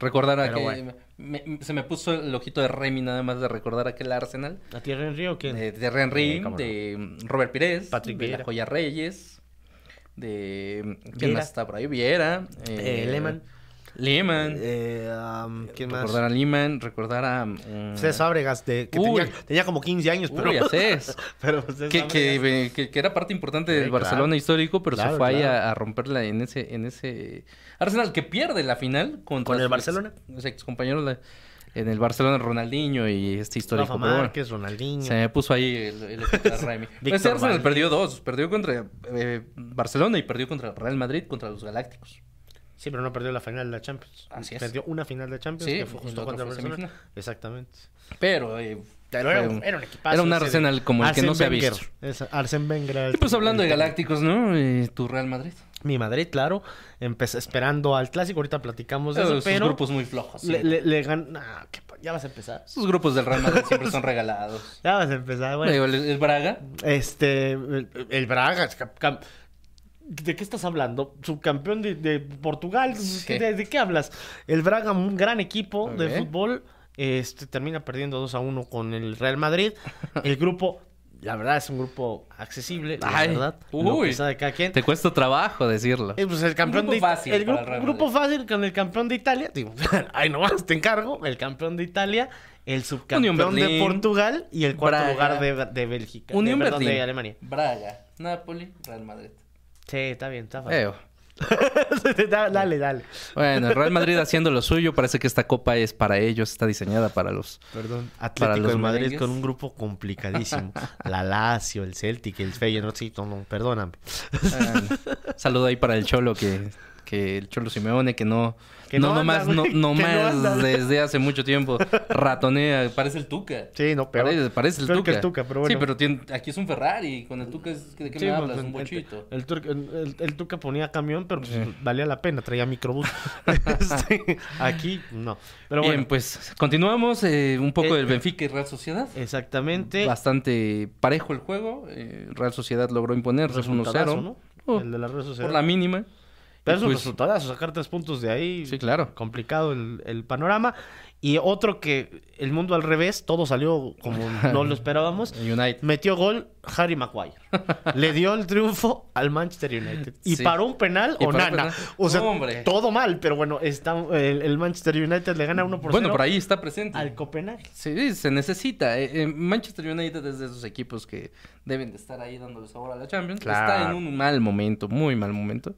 S1: Recordar a
S2: Pero
S1: que
S2: bueno.
S1: me- se me puso el ojito de Remy nada más de recordar aquel Arsenal.
S2: ¿La tierra en Río
S1: De, de Henry,
S2: Eh, cómo no.
S1: de mm, Robert Pires,
S2: Patrick
S1: de
S2: Vieira.
S1: la Joya Reyes, de mm, ¿quién
S2: Vieira.
S1: más está por ahí? Viera,
S2: Eh, Lehmann. Eh,
S1: Lehman.
S2: ¿Quién más?
S1: recordar a Lehman, recordar a mm,
S2: César Ábregas, de, que
S1: Uy.
S2: tenía, tenía como 15 años, pero...
S1: Uy, Acés,
S2: pero Cés
S1: que, que,
S2: Fábregas-
S1: eh, que- que era parte importante
S2: Sí,
S1: del
S2: claro.
S1: Barcelona histórico, pero
S2: Claro,
S1: se fue ahí a-
S2: claro.
S1: a, romperla en ese, en ese Arsenal que pierde la final contra
S2: Con
S1: sus
S2: el
S1: ex-
S2: Barcelona.
S1: sus excompañeros la- en el Barcelona Ronaldinho y este histórico.
S2: Rafa
S1: pero bueno.
S2: Márquez, Ronaldinho.
S1: Se me puso ahí el, el ojito de Raimi.
S2: Víctor
S1: Este Arsenal
S2: Valdés.
S1: perdió dos. Perdió contra eh, Barcelona y perdió contra el Real Madrid, contra los Galácticos.
S2: Sí, pero no perdió la final de la Champions.
S1: Así es.
S2: Perdió una final de la Champions
S1: Sí,
S2: Pues que fue
S1: y
S2: justo
S1: la otra
S2: contra
S1: fue
S2: Barcelona.
S1: semifinal.
S2: Exactamente.
S1: Pero, eh,
S2: Pero era,
S1: fue
S2: un,
S1: un-
S2: era un equipazo.
S1: era un
S2: ese de-
S1: Arsenal como el que no se ha
S2: Wenger.
S1: visto.
S2: Es Arsène Wenger. era el-
S1: Y pues hablando de
S2: el-
S1: Galácticos, ¿no? Eh, tu Real Madrid.
S2: Mi Madrid, claro. Empezó esperando al clásico. Ahorita platicamos de
S1: Pero
S2: eso,
S1: sus
S2: pero...
S1: grupos muy flojos.
S2: le,
S1: siempre.
S2: le, le gan- Ah, qué pa- ya vas a empezar.
S1: Sus grupos del Real Madrid siempre son regalados.
S2: Ya vas a empezar, bueno.
S1: Digo, el, el Braga.
S2: Este, el, el Braga. es cap- cam- ¿De qué estás hablando? Subcampeón de, de Portugal. ¿qué- ¿De, de qué hablas? El Braga, un gran equipo de
S1: Ok.
S2: fútbol, este, termina perdiendo 2 a 1 con el Real Madrid. El grupo, la verdad, es un grupo accesible, la
S1: Ay,
S2: verdad. lo que
S1: uy.
S2: sabe cada quien.
S1: Te cuesta trabajo decirlo.
S2: Eh, pues el campeón
S1: grupo
S2: de It-
S1: fácil
S2: el
S1: para
S2: gru-
S1: el Real
S2: grupo fácil con el campeón de Italia. Digo, ay, nomás te encargo. El campeón de Italia, el subcampeón de
S1: Berlín,
S2: Portugal y el cuarto
S1: Braga,
S2: lugar de, de Bélgica. de-
S1: Unión
S2: perdón,
S1: Berlín.
S2: de Alemania.
S1: Braga, Napoli, Real Madrid.
S2: Sí, está bien, está fácil.
S1: Eh,
S2: Da- dale, dale.
S1: bueno, el Real Madrid haciendo lo suyo. Parece que esta copa es para ellos. Está diseñada para los
S2: Perdón.
S1: Para
S2: Atlético
S1: los
S2: de Madrid
S1: merengues.
S2: con un grupo complicadísimo. La Lazio, el Celtic, el Feyenoord. Sí, no, no, perdóname.
S1: Ah, saludo ahí para el Cholo que, que el Cholo Simeone que no
S2: Que
S1: no,
S2: no anda,
S1: nomás no,
S2: güey,
S1: no
S2: que no
S1: más
S2: anda.
S1: desde hace mucho tiempo ratonea, parece el Tuca.
S2: Sí, no, peor.
S1: Parece, parece el,
S2: Peor
S1: tuca.
S2: que el Tuca, pero
S1: Sí,
S2: bueno.
S1: pero tiene- aquí es un Ferrari, con el Tuca es ¿de qué
S2: Sí,
S1: me
S2: pues,
S1: hablas?
S2: el-
S1: un bochito.
S2: El, Turca- el- el- el Tuca ponía camión, pero pues, valía la pena, traía microbús. Este, aquí, no. Pero
S1: Bien,
S2: bueno,
S1: pues continuamos eh, un poco
S2: Eh,
S1: del Benfica y Real Sociedad.
S2: exactamente.
S1: pues, Bastante parejo el juego. eh, Real Sociedad logró imponerse es
S2: Resultadazo,
S1: 1-0
S2: ¿no?
S1: Oh,
S2: El de las redes sociales.
S1: por la mínima. Y
S2: Pero es un
S1: pues,
S2: resultadazo, sacar tres puntos de ahí.
S1: Sí, claro.
S2: Complicado el, el panorama. Y otro que el mundo al revés, todo salió como no lo esperábamos.
S1: United.
S2: Metió gol Harry Maguire. Le dio el triunfo al Manchester United. Y
S1: Sí.
S2: paró un penal
S1: Y paró
S2: o
S1: un
S2: nana.
S1: penal.
S2: O sea,
S1: Hombre.
S2: todo mal, pero bueno, está, el, el Manchester United le gana 1 por 0
S1: Bueno, por ahí está presente.
S2: al Copenhague.
S1: Sí, se necesita. Eh, eh, Manchester United es de esos equipos que deben de estar ahí dándole sabor a la Champions. Está en
S2: Claro.
S1: un mal momento, muy mal momento.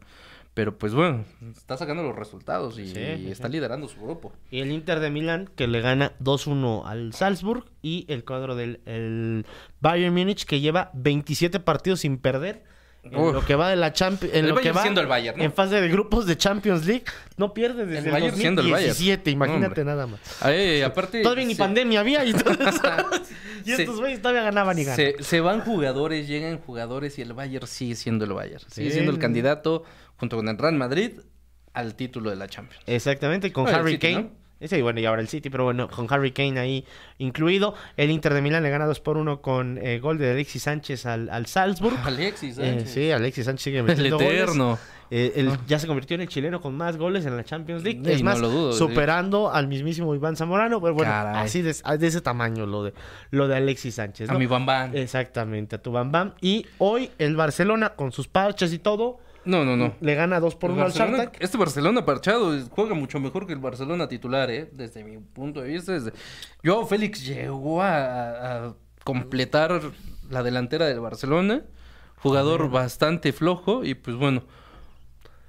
S1: Pero pues bueno, está sacando los resultados y,
S2: Sí,
S1: y está
S2: sí.
S1: liderando su grupo.
S2: Y el Inter de Milán que le gana 2-1 al Salzburg y el cuadro del el Bayern Múnich que lleva 27 partidos sin perder. En
S1: Uf.
S2: lo que va de la Champions en
S1: El
S2: lo que
S1: Bayern
S2: va
S1: siendo el Bayern, ¿no?
S2: en fase de grupos de Champions League no pierde desde el,
S1: Bayern siendo el Bayern.
S2: 2017, imagínate
S1: Hombre.
S2: nada más.
S1: Eh, aparte,
S2: Todavía ni
S1: se-
S2: pandemia había y, entonces- y
S1: Sí.
S2: estos güeyes todavía ganaban y ganaban.
S1: se, se van jugadores, llegan jugadores y el Bayern sigue siendo el Bayern. Sigue
S2: Sí.
S1: siendo el candidato junto con el Real Madrid al título de la Champions.
S2: Exactamente, con
S1: Ah, el
S2: Harry
S1: City,
S2: Kane.
S1: ¿no?
S2: Ese, y bueno, y ahora el City, pero bueno, con Harry Kane ahí incluido. El Inter de Milán le gana 2 por 1 con eh, gol de Alexis Sánchez al, al Salzburg.
S1: Alexis,
S2: Eh,
S1: Sánchez.
S2: sí, Alexis Sánchez sigue
S1: el
S2: metiendo goles.
S1: eterno.
S2: Eh, él ya se convirtió en el chileno con más goles en la Champions League.
S1: Y
S2: es
S1: no
S2: más,
S1: Ah. lo dudo, sí.
S2: superando al mismísimo Iván Zamorano. Pero bueno,
S1: Caray.
S2: así de, ah, de ese tamaño lo de, lo Eh, de Alexis Sánchez.
S1: A
S2: ¿no?
S1: mi Bambán.
S2: Exactamente, a tu Bam Bam. Y hoy el Barcelona, con sus parches y todo,
S1: No, no, no.
S2: Le gana 2 por
S1: El
S2: 1 al
S1: Barcelona-
S2: Shartak.
S1: Este Barcelona parchado es- juega mucho mejor que el Barcelona titular, ¿eh? Desde mi punto de vista. Desde... Joao Félix llegó a- a, a completar la delantera del Barcelona. Jugador bastante flojo y pues bueno,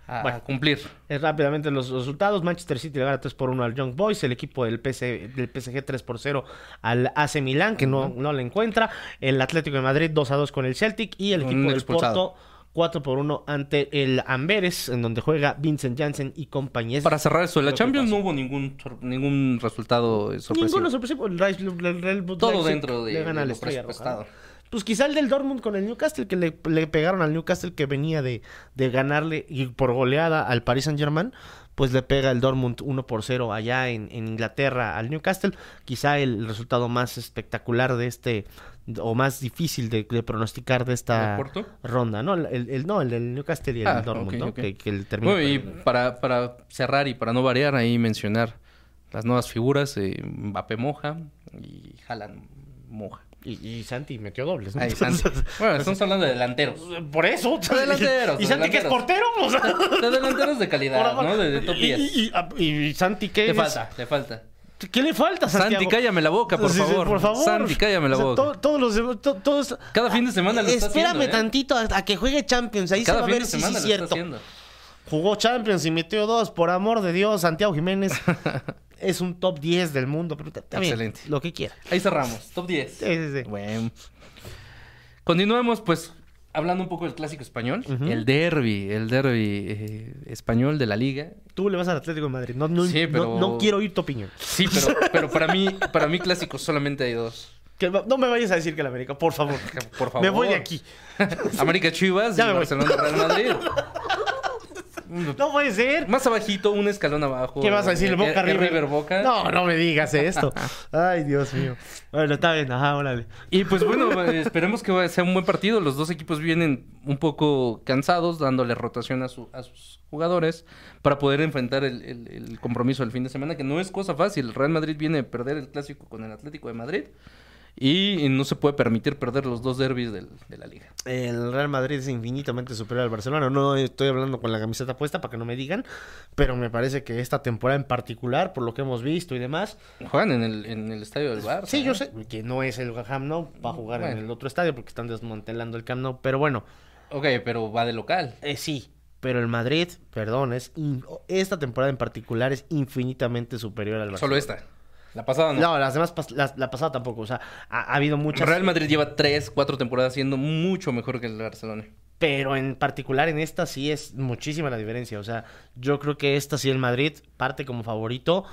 S1: a, a
S2: Bueno.
S1: cumplir.
S2: Es eh, rápidamente los resultados. Manchester City le gana 3 por 1 al Young Boys. El equipo del, PC, del PSG 3 por 0 al AC Milán, que no, no le encuentra. El Atlético de Madrid 2 a 2 con el Celtic. Y el
S1: Con
S2: equipo
S1: un
S2: del
S1: expulsado.
S2: Porto 4 por 1 ante el Amberes, en donde juega Vincent Janssen y compañía.
S1: Para cerrar eso, en la
S2: Lo que
S1: Champions
S2: pasa.
S1: no hubo ningún, sor- ningún resultado eh, sorpresivo.
S2: Ninguno sorpresivo. El Real- el Real
S1: Todo
S2: Leipzig
S1: dentro de,
S2: le gana
S1: de
S2: al
S1: lo
S2: Estrella Roja,
S1: presupuestado.
S2: ¿no? Pues quizá el del Dortmund con el Newcastle, que le, le pegaron al Newcastle que venía de, de ganarle y por goleada al Paris Saint Germain, pues le pega el Dortmund 1 por 0 allá en, en Inglaterra al Newcastle. Quizá el resultado más espectacular de este, o más difícil de, de pronosticar de esta
S1: ¿El Porto?
S2: ronda, ¿no? El, el- no, el del Newcastle y el
S1: Ah,
S2: Dortmund,
S1: ok,
S2: ¿no?
S1: ok.
S2: Que, que el termina
S1: Bueno, y
S2: perdiendo.
S1: para, para cerrar y para no variar, ahí mencionar las nuevas figuras, eh, Mbappé moja y Haaland moja.
S2: Y, y Santi metió dobles, ¿no?
S1: Ahí, Santi. Bueno, estamos hablando de delanteros.
S2: Por eso.
S1: Delanteros,
S2: y Santi que es
S1: delanteros.
S2: portero, o sea.
S1: De delanteros de calidad,
S2: Ahora,
S1: ¿no? De, de top
S2: y,
S1: 10.
S2: y- y- y- y Santi, ¿qué
S1: Le
S2: es?
S1: falta, le falta.
S2: ¿Qué le falta, Santiago?
S1: Santi, cállame la boca, por
S2: Sí, sí,
S1: favor.
S2: por favor.
S1: Santi, cállame la
S2: O sea,
S1: boca.
S2: to- todos los dem- to- todos-
S1: Cada fin de semana lo está
S2: Espérame
S1: haciendo, ¿eh?
S2: tantito a, a que juegue Champions. Ahí
S1: Cada
S2: se va
S1: fin
S2: a ver
S1: de
S2: si sí
S1: semana
S2: es
S1: lo está
S2: cierto.
S1: haciendo.
S2: Jugó Champions y metió dos. Por amor de Dios, Santiago Jiménez es un top 10 del mundo. Pero está bien,
S1: Excelente.
S2: Lo que quiera.
S1: Ahí cerramos, top 10.
S2: Sí, sí, sí.
S1: Bueno. Continuamos, pues, hablando un poco del clásico español. El derby, el derby eh, español de la liga.
S2: Tú le vas al Atlético de Madrid. No, no-
S1: Sí,
S2: no-
S1: pero-
S2: no quiero oír tu opinión.
S1: Sí, pero, pero para mí, para mí clásicos solamente hay dos.
S2: Que no no me vayas a decir que el América, por favor.
S1: Por favor.
S2: Me voy de aquí.
S1: América Chivas
S2: Ya
S1: y
S2: me voy.
S1: Barcelona Real Madrid.
S2: No puede ser.
S1: Más abajito, un escalón abajo.
S2: ¿Qué vas a decir?
S1: eh,
S2: Boca
S1: eh,
S2: River.
S1: Boca.
S2: No, no me digas esto. Ay, Dios mío. Bueno, está bien. Ajá, órale.
S1: Y pues bueno, eh, esperemos que va- sea un buen partido. Los dos equipos vienen un poco cansados, dándole rotación a, su- a sus jugadores para poder enfrentar el, el- el compromiso del fin de semana, que no es cosa fácil. El Real Madrid viene a perder el clásico con el Atlético de Madrid y no se puede permitir perder los dos derbis del- de la liga.
S2: El Real Madrid es infinitamente superior al Barcelona. No estoy hablando con la camiseta puesta para que no me digan, pero me parece que esta temporada en particular, por lo que hemos visto y demás,
S1: Juegan en el, en el estadio del Barça. ¿eh?
S2: sí,
S1: ¿no?
S2: yo sé que no es el Camp Nou, va a jugar en
S1: Bueno.
S2: el otro estadio porque están desmantelando el Camp Nou, pero bueno,
S1: Ok, pero va de local.
S2: eh, sí. Pero el Madrid, perdón, es in- esta temporada en particular es infinitamente superior al
S1: Solo
S2: Barcelona.
S1: esta. La pasada no.
S2: No, las demás, pas- las- la pasada tampoco, o sea, ha, ha habido muchas...
S1: Real Madrid lleva tres, cuatro temporadas siendo mucho mejor que el Barcelona.
S2: Pero en particular en esta sí es muchísima la diferencia. O sea, yo creo que esta sí el Madrid parte como favorito.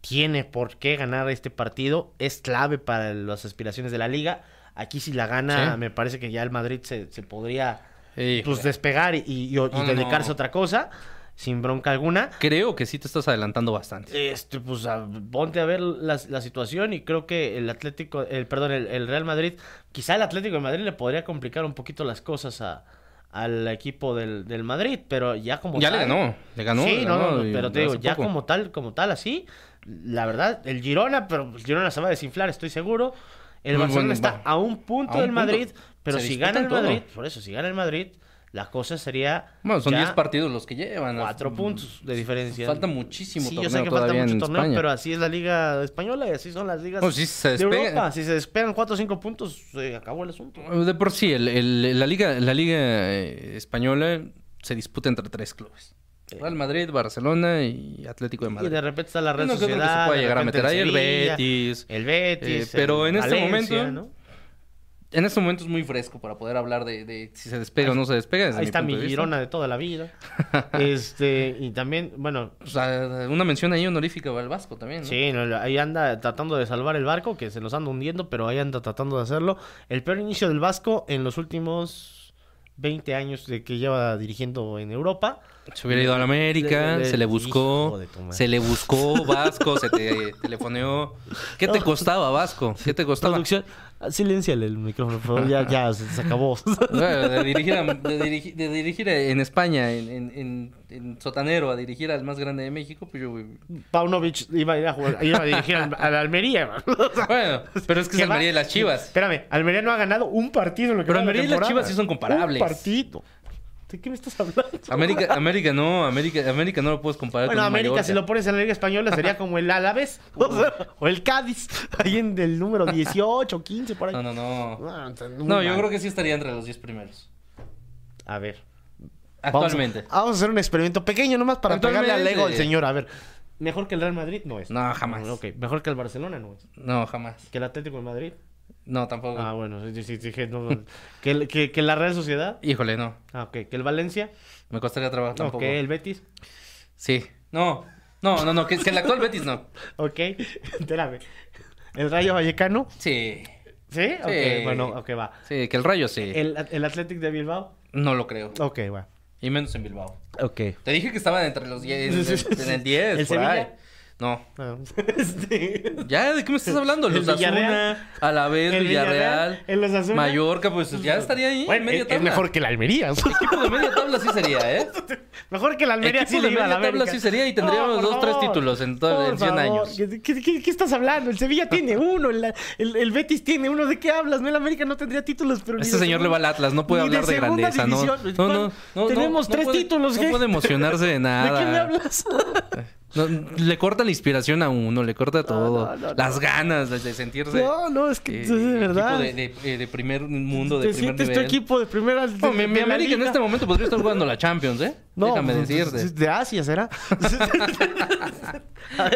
S2: Tiene por qué ganar este partido. Es clave para las aspiraciones de la liga. Aquí si la gana,
S1: Sí.
S2: me parece que ya el Madrid se, se podría
S1: Híjole.
S2: pues, despegar y, y- y dedicarse
S1: no.
S2: a otra cosa. Sin bronca alguna.
S1: Creo que sí te estás adelantando bastante.
S2: Este, pues a- ponte a ver la, la situación y creo que el Atlético, el perdón, el, el Real Madrid, quizá el Atlético de Madrid le podría complicar un poquito las cosas a, al equipo del, del Madrid, pero ya como
S1: Ya le
S2: tal-
S1: ganó, le ganó.
S2: sí,
S1: le
S2: no,
S1: ganó
S2: no, no,
S1: y-
S2: pero te digo,
S1: hace
S2: ya
S1: poco.
S2: como tal, como tal, así, la verdad, el Girona, pero el Girona se va a desinflar, estoy seguro. El
S1: Muy
S2: Barcelona
S1: bueno,
S2: está
S1: va.
S2: a un punto
S1: A un
S2: del
S1: punto.
S2: Madrid, pero
S1: Se
S2: si gana el
S1: disputan todo.
S2: Madrid, por eso, si gana el Madrid, la cosa sería
S1: Bueno, son
S2: ya
S1: 10 partidos los que llevan. mm,
S2: cuatro puntos de diferencia.
S1: Falta muchísimo
S2: Sí, yo
S1: torneo
S2: sé que falta
S1: todavía
S2: mucho
S1: en
S2: torneo,
S1: España.
S2: pero así es la liga española y así son las ligas
S1: No, sí, se
S2: de
S1: despega.
S2: Europa. Si se despegan 4 o 5 puntos, se acabó el asunto.
S1: De por sí, el- el- la liga, la liga eh, española se disputa entre tres clubes. Real Madrid, Barcelona y Atlético de
S2: Y
S1: Madrid.
S2: de repente está la Red
S1: Uno que otro que se
S2: Sociedad,
S1: pueda
S2: de
S1: llegar a
S2: repente
S1: meter ahí, el
S2: Sevilla,
S1: Betis.
S2: El Betis,
S1: Eh, pero
S2: el
S1: en este
S2: Valencia,
S1: momento,
S2: ¿no?
S1: En este momento es muy fresco para poder hablar de, de si se despega o no se despega. desde
S2: Ahí está
S1: punto
S2: mi
S1: de vista.
S2: Girona de toda la vida. este Y también, bueno,
S1: O sea, una mención ahí honorífica al Vasco también. ¿no?
S2: Sí, no, lo- ahí anda tratando de salvar el barco, que se los anda hundiendo, pero ahí anda tratando de hacerlo. El peor inicio del Vasco en los últimos 20 años de que lleva dirigiendo en Europa.
S1: Se hubiera ido a la América,
S2: Le- le-
S1: se le
S2: hijo
S1: buscó,
S2: de tu madre.
S1: se le buscó Vasco, se te telefoneó. ¿Qué te costaba, Vasco? ¿Qué te costaba?
S2: Producción, ah, silénciale el micrófono, por favor, ya, ya se, se acabó.
S1: Bueno, de, dirigir a- de dirigi- de dirigir en España, en, en- en- en Sotanero, a dirigir al más grande de México, pues yo...
S2: Paunovic iba a ir a jugar, iba a dirigir al, al Almería.
S1: Bueno, pero es que es
S2: Que va-
S1: Almería y las Chivas.
S2: Espérame, Almería no ha ganado un partido en lo que
S1: Pero
S2: va de
S1: Almería y las
S2: temporada.
S1: Chivas sí son comparables.
S2: Un partido. ¿De qué me estás hablando?
S1: América, América no, América, América no lo puedes comparar
S2: Bueno,
S1: con el
S2: América,
S1: Mallorca.
S2: si lo pones en la Liga Española, sería como el Alavés o, sea, o el Cádiz, ahí en el número 18, 15, por ahí.
S1: No, no, no.
S2: Ah, está muy
S1: No, yo
S2: mal.
S1: creo que sí estaría entre los 10 primeros.
S2: A ver. vamos a-
S1: Actualmente.
S2: Vamos a, hacer un experimento pequeño nomás para pegarle al
S1: Actualmente.
S2: ego al señor. A ver. eh, Mejor que el Real Madrid no es.
S1: No, jamás.
S2: Ok, mejor que el Barcelona no es.
S1: No, jamás.
S2: Que el Atlético de Madrid.
S1: No, tampoco.
S2: Ah, bueno, sí, sí, sí, que no- no. que, el- que- que la Real Sociedad.
S1: Híjole, no.
S2: Ah, ok. Que el Valencia.
S1: Me costaría trabajo tampoco.
S2: Ok, el Betis.
S1: Sí. No. No, no, no. Que, que el actual Betis no.
S2: Ok, espérame. El Rayo Vallecano.
S1: Sí.
S2: ¿Sí? Ok, bueno, ok, va.
S1: Sí, que el Rayo sí.
S2: El, el Athletic de Bilbao.
S1: No lo creo.
S2: Ok, va.
S1: Y menos en Bilbao.
S2: Ok.
S1: Te dije que estaban entre los 10.
S2: Sí, sí,
S1: En,
S2: sí.
S1: el 10. por
S2: ¿El Sevilla?
S1: ahí. No.
S2: Ah, Este,
S1: ¿Ya? ¿De qué me estás hablando?
S2: El
S1: Los Asuna,
S2: Villarreal.
S1: a la vez,
S2: El
S1: Villarreal,
S2: Villarreal, el Osasuna.
S1: Mallorca, pues ya estaría ahí.
S2: bueno, eh,
S1: media
S2: es, es
S1: tabla.
S2: mejor que el Almería.
S1: Equipo de media tabla sí sería, ¿eh?
S2: mejor que el Almería
S1: Equipo
S2: sí
S1: de
S2: le iba a la
S1: media tabla
S2: América.
S1: sí sería y tendríamos
S2: por
S1: dos, tres
S2: favor.
S1: títulos en todo-
S2: Por
S1: en 100
S2: favor.
S1: años.
S2: ¿Qué, qué, qué- qué estás hablando? El Sevilla tiene uno, el, el- el Betis tiene uno. ¿De qué hablas? No, el América no tendría títulos, pero ni
S1: Este
S2: de
S1: señor le va al Atlas, no puede
S2: ni
S1: hablar de,
S2: segunda
S1: grandeza, ¿no?
S2: división.
S1: No, no, no,
S2: Tenemos
S1: no
S2: tres
S1: puede-
S2: títulos,
S1: No
S2: ¿qué?
S1: puede emocionarse de
S2: ¿De
S1: nada.
S2: qué me hablas?
S1: No, le corta la inspiración a uno, le corta todo.
S2: no, no,
S1: Las ganas de, de sentirse.
S2: No, no, es
S1: eh,
S2: que es de verdad.
S1: equipo de, de- eh, de primer mundo, de
S2: Te
S1: primer
S2: sientes
S1: nivel.
S2: tu equipo de primera. de-
S1: No, mi, mi
S2: de la
S1: América en
S2: liga.
S1: este momento podría estar jugando la Champions, ¿eh? Déjame
S2: pues,
S1: decirte.
S2: es De Asia será.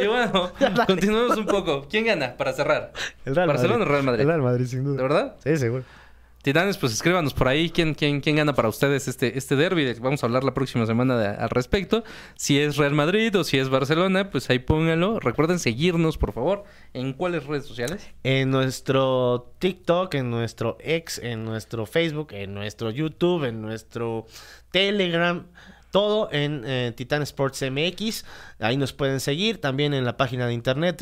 S1: Y bueno, continuemos un poco. ¿Quién gana para cerrar?
S2: El Real
S1: ¿Barcelona
S2: Madrid.
S1: o Real Madrid?
S2: El Real Madrid, sin duda.
S1: ¿De verdad?
S2: Sí, seguro.
S1: Titanes, pues escríbanos por ahí quién, quién, quién gana para ustedes este, este derby. Vamos a hablar la próxima semana de- al respecto. Si es Real Madrid o si es Barcelona, pues ahí pónganlo. Recuerden seguirnos, por favor, en cuáles redes sociales.
S2: En nuestro TikTok, en nuestro ex, en nuestro Facebook, en nuestro YouTube, en nuestro Telegram. Todo en eh, Titan Sports MX. Ahí nos pueden seguir. También en la página de internet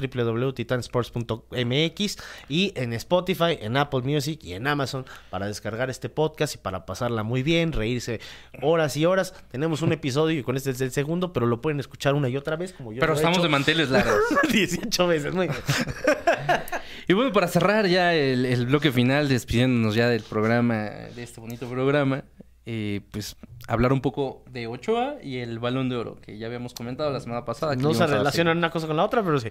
S2: www.titansports.mx. Y en Spotify, en Apple Music y en Amazon para descargar este podcast y para pasarla muy bien, reírse horas y horas. Tenemos un episodio y con este es el segundo, pero lo pueden escuchar una y otra vez, como yo
S1: Pero
S2: lo he
S1: estamos
S2: hecho
S1: de manteles largos.
S2: 18 veces. muy bien.
S1: Y bueno, para cerrar ya el, el bloque final, despidiéndonos ya del programa, de este bonito programa, eh, pues hablar un poco de Ochoa y el Balón de Oro, que ya habíamos comentado la semana pasada. que
S2: No se
S1: íbamos a-
S2: relacionan una cosa con la otra, pero sí.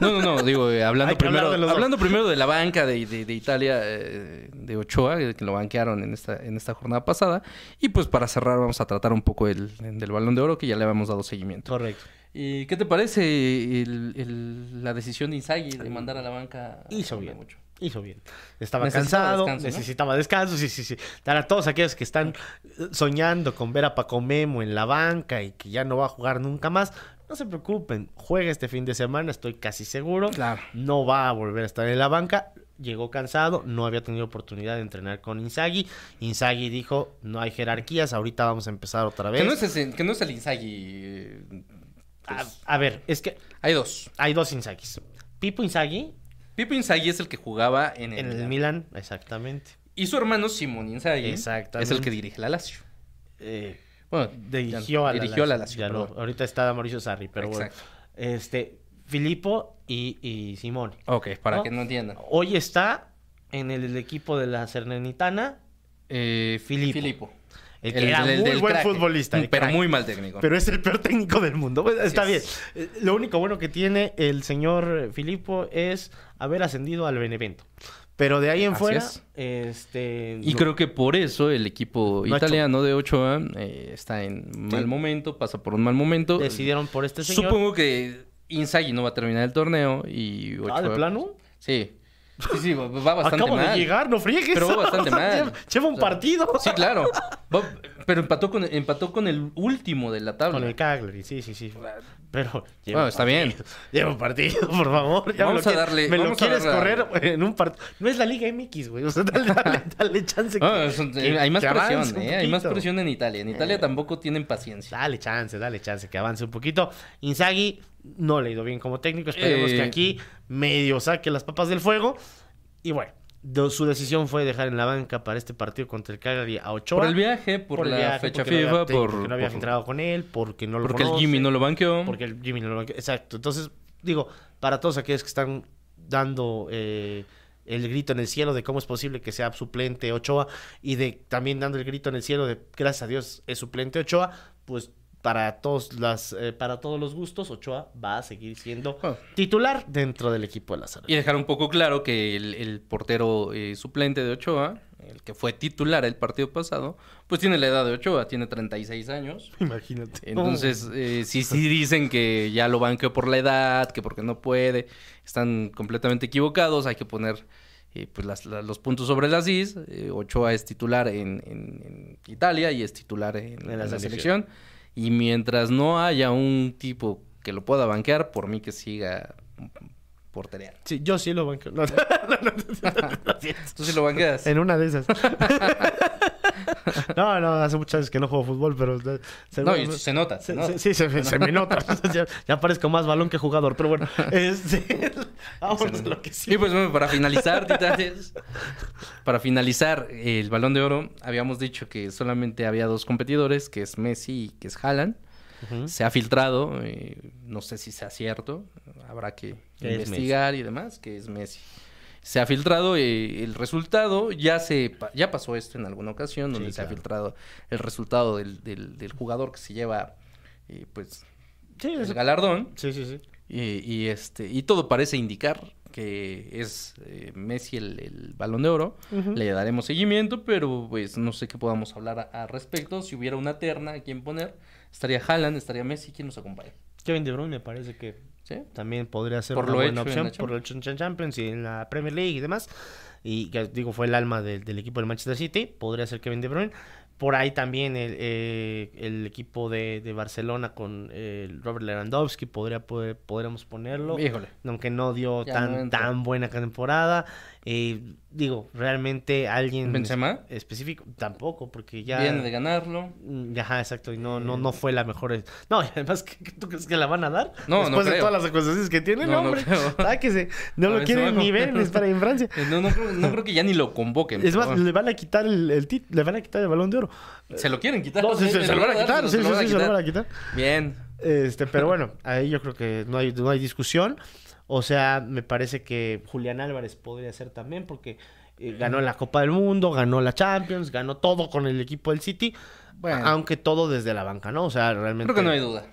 S1: No, no, no, digo, eh, hablando,
S2: Hay que hablar
S1: primero,
S2: de los dos.
S1: hablando primero de la banca de, de- de Italia, eh, de Ochoa, eh, que lo banquearon en esta, en esta jornada pasada. Y pues para cerrar vamos a tratar un poco el, del Balón de Oro, que ya le habíamos dado seguimiento.
S2: Correcto.
S1: ¿Y qué te parece el- el- la decisión de Inzaghi de mandar a la banca? a
S2: Hizo
S1: Juan
S2: bien.
S1: Mucho?
S2: Hizo bien. Estaba
S1: Necesitaba
S2: cansado,
S1: descanso, ¿no?
S2: necesitaba descanso, sí, sí, sí. Para todos aquellos que están eh, soñando con ver a Paco Memo en la banca y que ya no va a jugar nunca más, no se preocupen, juega este fin de semana, estoy casi seguro.
S1: Claro.
S2: No va a volver a estar en la banca. Llegó cansado, no había tenido oportunidad de entrenar con Inzaghi. Inzaghi dijo, no hay jerarquías, ahorita vamos a empezar otra vez.
S1: Que no es, ese- que no es el Inzaghi. eh, pues,
S2: a, a ver, es que
S1: Hay dos.
S2: hay dos Inzaghis. Pipo Inzaghi
S1: Pipo Inzaghi es el que jugaba en el,
S2: en el
S1: Milan.
S2: Milan, exactamente.
S1: Y su hermano Simón Inzaghi es
S2: Exactamente.
S1: el que dirige la Lazio.
S2: Eh,
S1: Bueno,
S2: dirigió
S1: ya-
S2: a la
S1: dirigió
S2: Lazio,
S1: la Lazio,
S2: ya no.
S1: perdón.
S2: ahorita está Mauricio Sarri, pero
S1: Exacto.
S2: bueno. Este, Filippo y, y Simón.
S1: Ok, para
S2: ¿No?
S1: que no entiendan.
S2: Hoy está en el, equipo de la Serenitana,
S1: Eh,
S2: Filippo. el, que
S1: El-
S2: era
S1: el- el
S2: muy
S1: del
S2: buen
S1: crack,
S2: futbolista. el
S1: Pero
S2: crack.
S1: muy mal técnico.
S2: Pero es el peor técnico del mundo. Bueno, Está bien.
S1: es.
S2: Eh, Lo único bueno que tiene el señor eh, Filippo es haber ascendido al Benevento. Pero de ahí en
S1: Así
S2: fuera,
S1: es.
S2: este...
S1: y
S2: no.
S1: creo que por eso el equipo
S2: No ha hecho-
S1: italiano de Ochoa eh, está en mal
S2: Sí.
S1: momento, pasa por un mal momento.
S2: decidieron por este señor.
S1: Supongo que Inzaghi no va a terminar el torneo y Ochoa...
S2: Ah, ¿de plano?
S1: Sí. Sí, sí, va- va bastante
S2: Acabo
S1: mal.
S2: de llegar, no friegues.
S1: Pero bastante
S2: O sea,
S1: mal.
S2: lleva- Lleva un
S1: O sea,
S2: partido.
S1: Sí, claro. Va- pero empató con, empató con el último de la tabla.
S2: Con el Cagliari, sí, sí, sí. Pero
S1: Bueno, está bien.
S2: lleva un partido, por favor. Ya me
S1: Vamos
S2: lo
S1: a darle-
S2: Me lo
S1: vamos a
S2: quieres
S1: darle a-
S2: correr en un partido. No es la Liga MX, güey. O sea, dale, dale, dale chance. que-
S1: Ah, es un-
S2: que-
S1: hay más
S2: que avance
S1: presión,
S2: un
S1: ¿eh? Hay más
S2: poquito. Eh,
S1: presión en Italia. En Italia tampoco tienen paciencia.
S2: Dale chance, dale chance, que avance un poquito. Inzaghi no le ha ido bien como técnico. Esperemos
S1: Eh.
S2: que aquí medio saque las papas del fuego. Y bueno, do- su decisión fue dejar en la banca para este partido contra el Cagliari a Ochoa.
S1: Por el viaje, por,
S2: el
S1: la
S2: viaje,
S1: fecha
S2: porque no
S1: FIFA,
S2: había-
S1: por...
S2: porque no había
S1: por-
S2: filtrado con él, porque no lo
S1: porque el Jimmy no lo banqueó.
S2: porque el Jimmy no lo- exacto entonces digo para todos aquellos que están dando eh, el grito en el cielo de cómo es posible que sea suplente Ochoa y de también dando el grito en el cielo de gracias a Dios es suplente Ochoa, pues para todos las eh, para todos los gustos Ochoa va a seguir siendo
S1: Ah.
S2: titular dentro del equipo de Lázaro.
S1: Y dejar un poco claro que el, el portero eh, suplente de Ochoa, el que fue titular el partido pasado, pues tiene la edad de Ochoa, tiene 36 años.
S2: Imagínate.
S1: Entonces, eh, sí, sí dicen que ya lo banqueó por la edad, que porque no puede, están completamente equivocados, hay que poner eh, pues las- la- los puntos sobre las is. Eh, Ochoa es titular en, en- en Italia y es titular en, en la, selección. Y mientras no haya un tipo que lo pueda banquear, por mí que siga porterear.
S2: Sí, yo sí lo banco. No, no, no, no, no, no, no.
S1: Tú sí lo banqueas.
S2: En una de esas. no, no, hace muchas veces que no juego fútbol, pero. eh, se-
S1: No, y se nota. se
S2: se-
S1: nota.
S2: se- sí, se, me- se me nota. ya, ya parezco más balón que jugador, pero bueno. Este, vámonos a lo que sí.
S1: Y pues bueno, para finalizar, Titanes, para finalizar eh, el Balón de Oro, habíamos dicho que solamente había dos competidores, que es Messi y que es Haaland.
S2: Ujú.
S1: Se ha filtrado, eh, no sé si sea cierto, habrá que
S2: Que es
S1: investigar y demás, que es Messi. Se ha filtrado eh, el resultado, ya se pa- ya pasó esto en alguna ocasión, donde
S2: Sí,
S1: se ha
S2: claro.
S1: filtrado el resultado del, del- del jugador que se lleva eh, pues
S2: Sí,
S1: el
S2: eso-
S1: galardón.
S2: sí, sí, sí.
S1: Y, y, este, y todo parece indicar que es eh, Messi el, el balón de oro.
S2: Ujú.
S1: Le daremos seguimiento, pero pues no sé qué podamos hablar a- al respecto. Si hubiera una terna a quien poner, estaría Haaland, estaría Messi, ¿quién nos acompaña?
S2: Kevin De Bruyne me parece que
S1: ¿Sí?
S2: también podría ser
S1: Por
S2: una
S1: lo
S2: buena
S1: hecho en
S2: opción
S1: la
S2: por el Champions y en la Premier League y demás. Y que digo, fue el alma del- del equipo del Manchester City. Podría ser Kevin De Bruyne. Por ahí también el, eh, el equipo de, de Barcelona con eh, Robert Lewandowski. Podría, poder- podríamos ponerlo.
S1: Híjole.
S2: Aunque no dio
S1: Ya
S2: tan,
S1: no entra.
S2: tan buena temporada. Eh, digo, realmente alguien
S1: ¿Benzema?
S2: específico. Tampoco, porque ya.
S1: Viene de Eh. ganarlo.
S2: Mm, Ajá, exacto. Y no, no, no fue la mejor. es- No, y además, ¿qué- qué ¿tú crees que la van a dar?
S1: No, no
S2: Después de
S1: creo.
S2: todas las acusaciones que tienen,
S1: No, no
S2: hombre.
S1: creo.
S2: Sáquese. No
S1: A
S2: lo
S1: ver,
S2: quieren
S1: se va.
S2: ni ver en España, en Francia.
S1: Eh, No, no, creo, no creo que ya ni lo convoquen.
S2: Es
S1: pero
S2: más,
S1: bueno.
S2: le van a quitar el, el tit- le van a quitar el balón de oro.
S1: se lo quieren quitar.
S2: No, sí,
S1: ¿eh?
S2: sí,
S1: Le
S2: se lo van a
S1: dar,
S2: quitar,
S1: se
S2: sí,
S1: lo
S2: sí,
S1: van a
S2: sí, se lo
S1: quitar.
S2: van a quitar.
S1: Bien.
S2: Este, pero bueno, ahí yo creo que no hay, no hay discusión. O sea, me parece que Julián Álvarez podría ser también porque eh, ganó la Copa del Mundo, ganó la Champions, ganó todo con el equipo del City,
S1: Bueno.
S2: aunque todo desde la banca, ¿no? O sea, realmente
S1: Creo que no hay duda.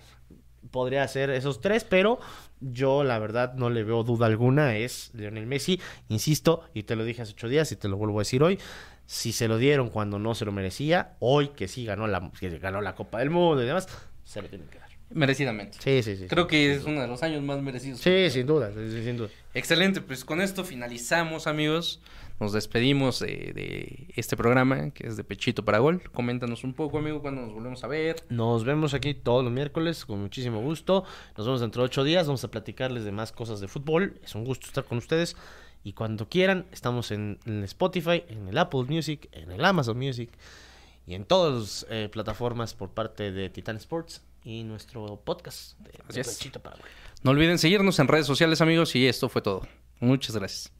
S2: podría ser esos tres, pero yo la verdad no le veo duda alguna, es Lionel Messi, insisto, y te lo dije hace ocho días y te lo vuelvo a decir hoy, si se lo dieron cuando no se lo merecía, hoy que sí ganó la, que ganó la Copa del Mundo y demás, se lo tienen que dar.
S1: Merecidamente.
S2: Sí, sí, sí.
S1: Creo que es uno de los años más merecidos.
S2: Sí, sin duda, sí, sí, sin duda.
S1: Excelente, pues con esto finalizamos, amigos. Nos despedimos eh, de este programa que es de Pechito para Gol. Coméntanos un poco, amigo, cuando nos volvemos a ver.
S2: Nos vemos aquí todos los miércoles con muchísimo gusto. Nos vemos dentro de ocho días. Vamos a platicarles de más cosas de fútbol. Es un gusto estar con ustedes. Y cuando quieran, estamos en, en Spotify, en el Apple Music, en el Amazon Music y en todas las eh, plataformas por parte de Titan Sports y nuestro podcast de,
S1: Así
S2: de
S1: es.
S2: Pechito para Gol.
S1: No olviden seguirnos en redes sociales, amigos, y esto fue todo. Muchas gracias.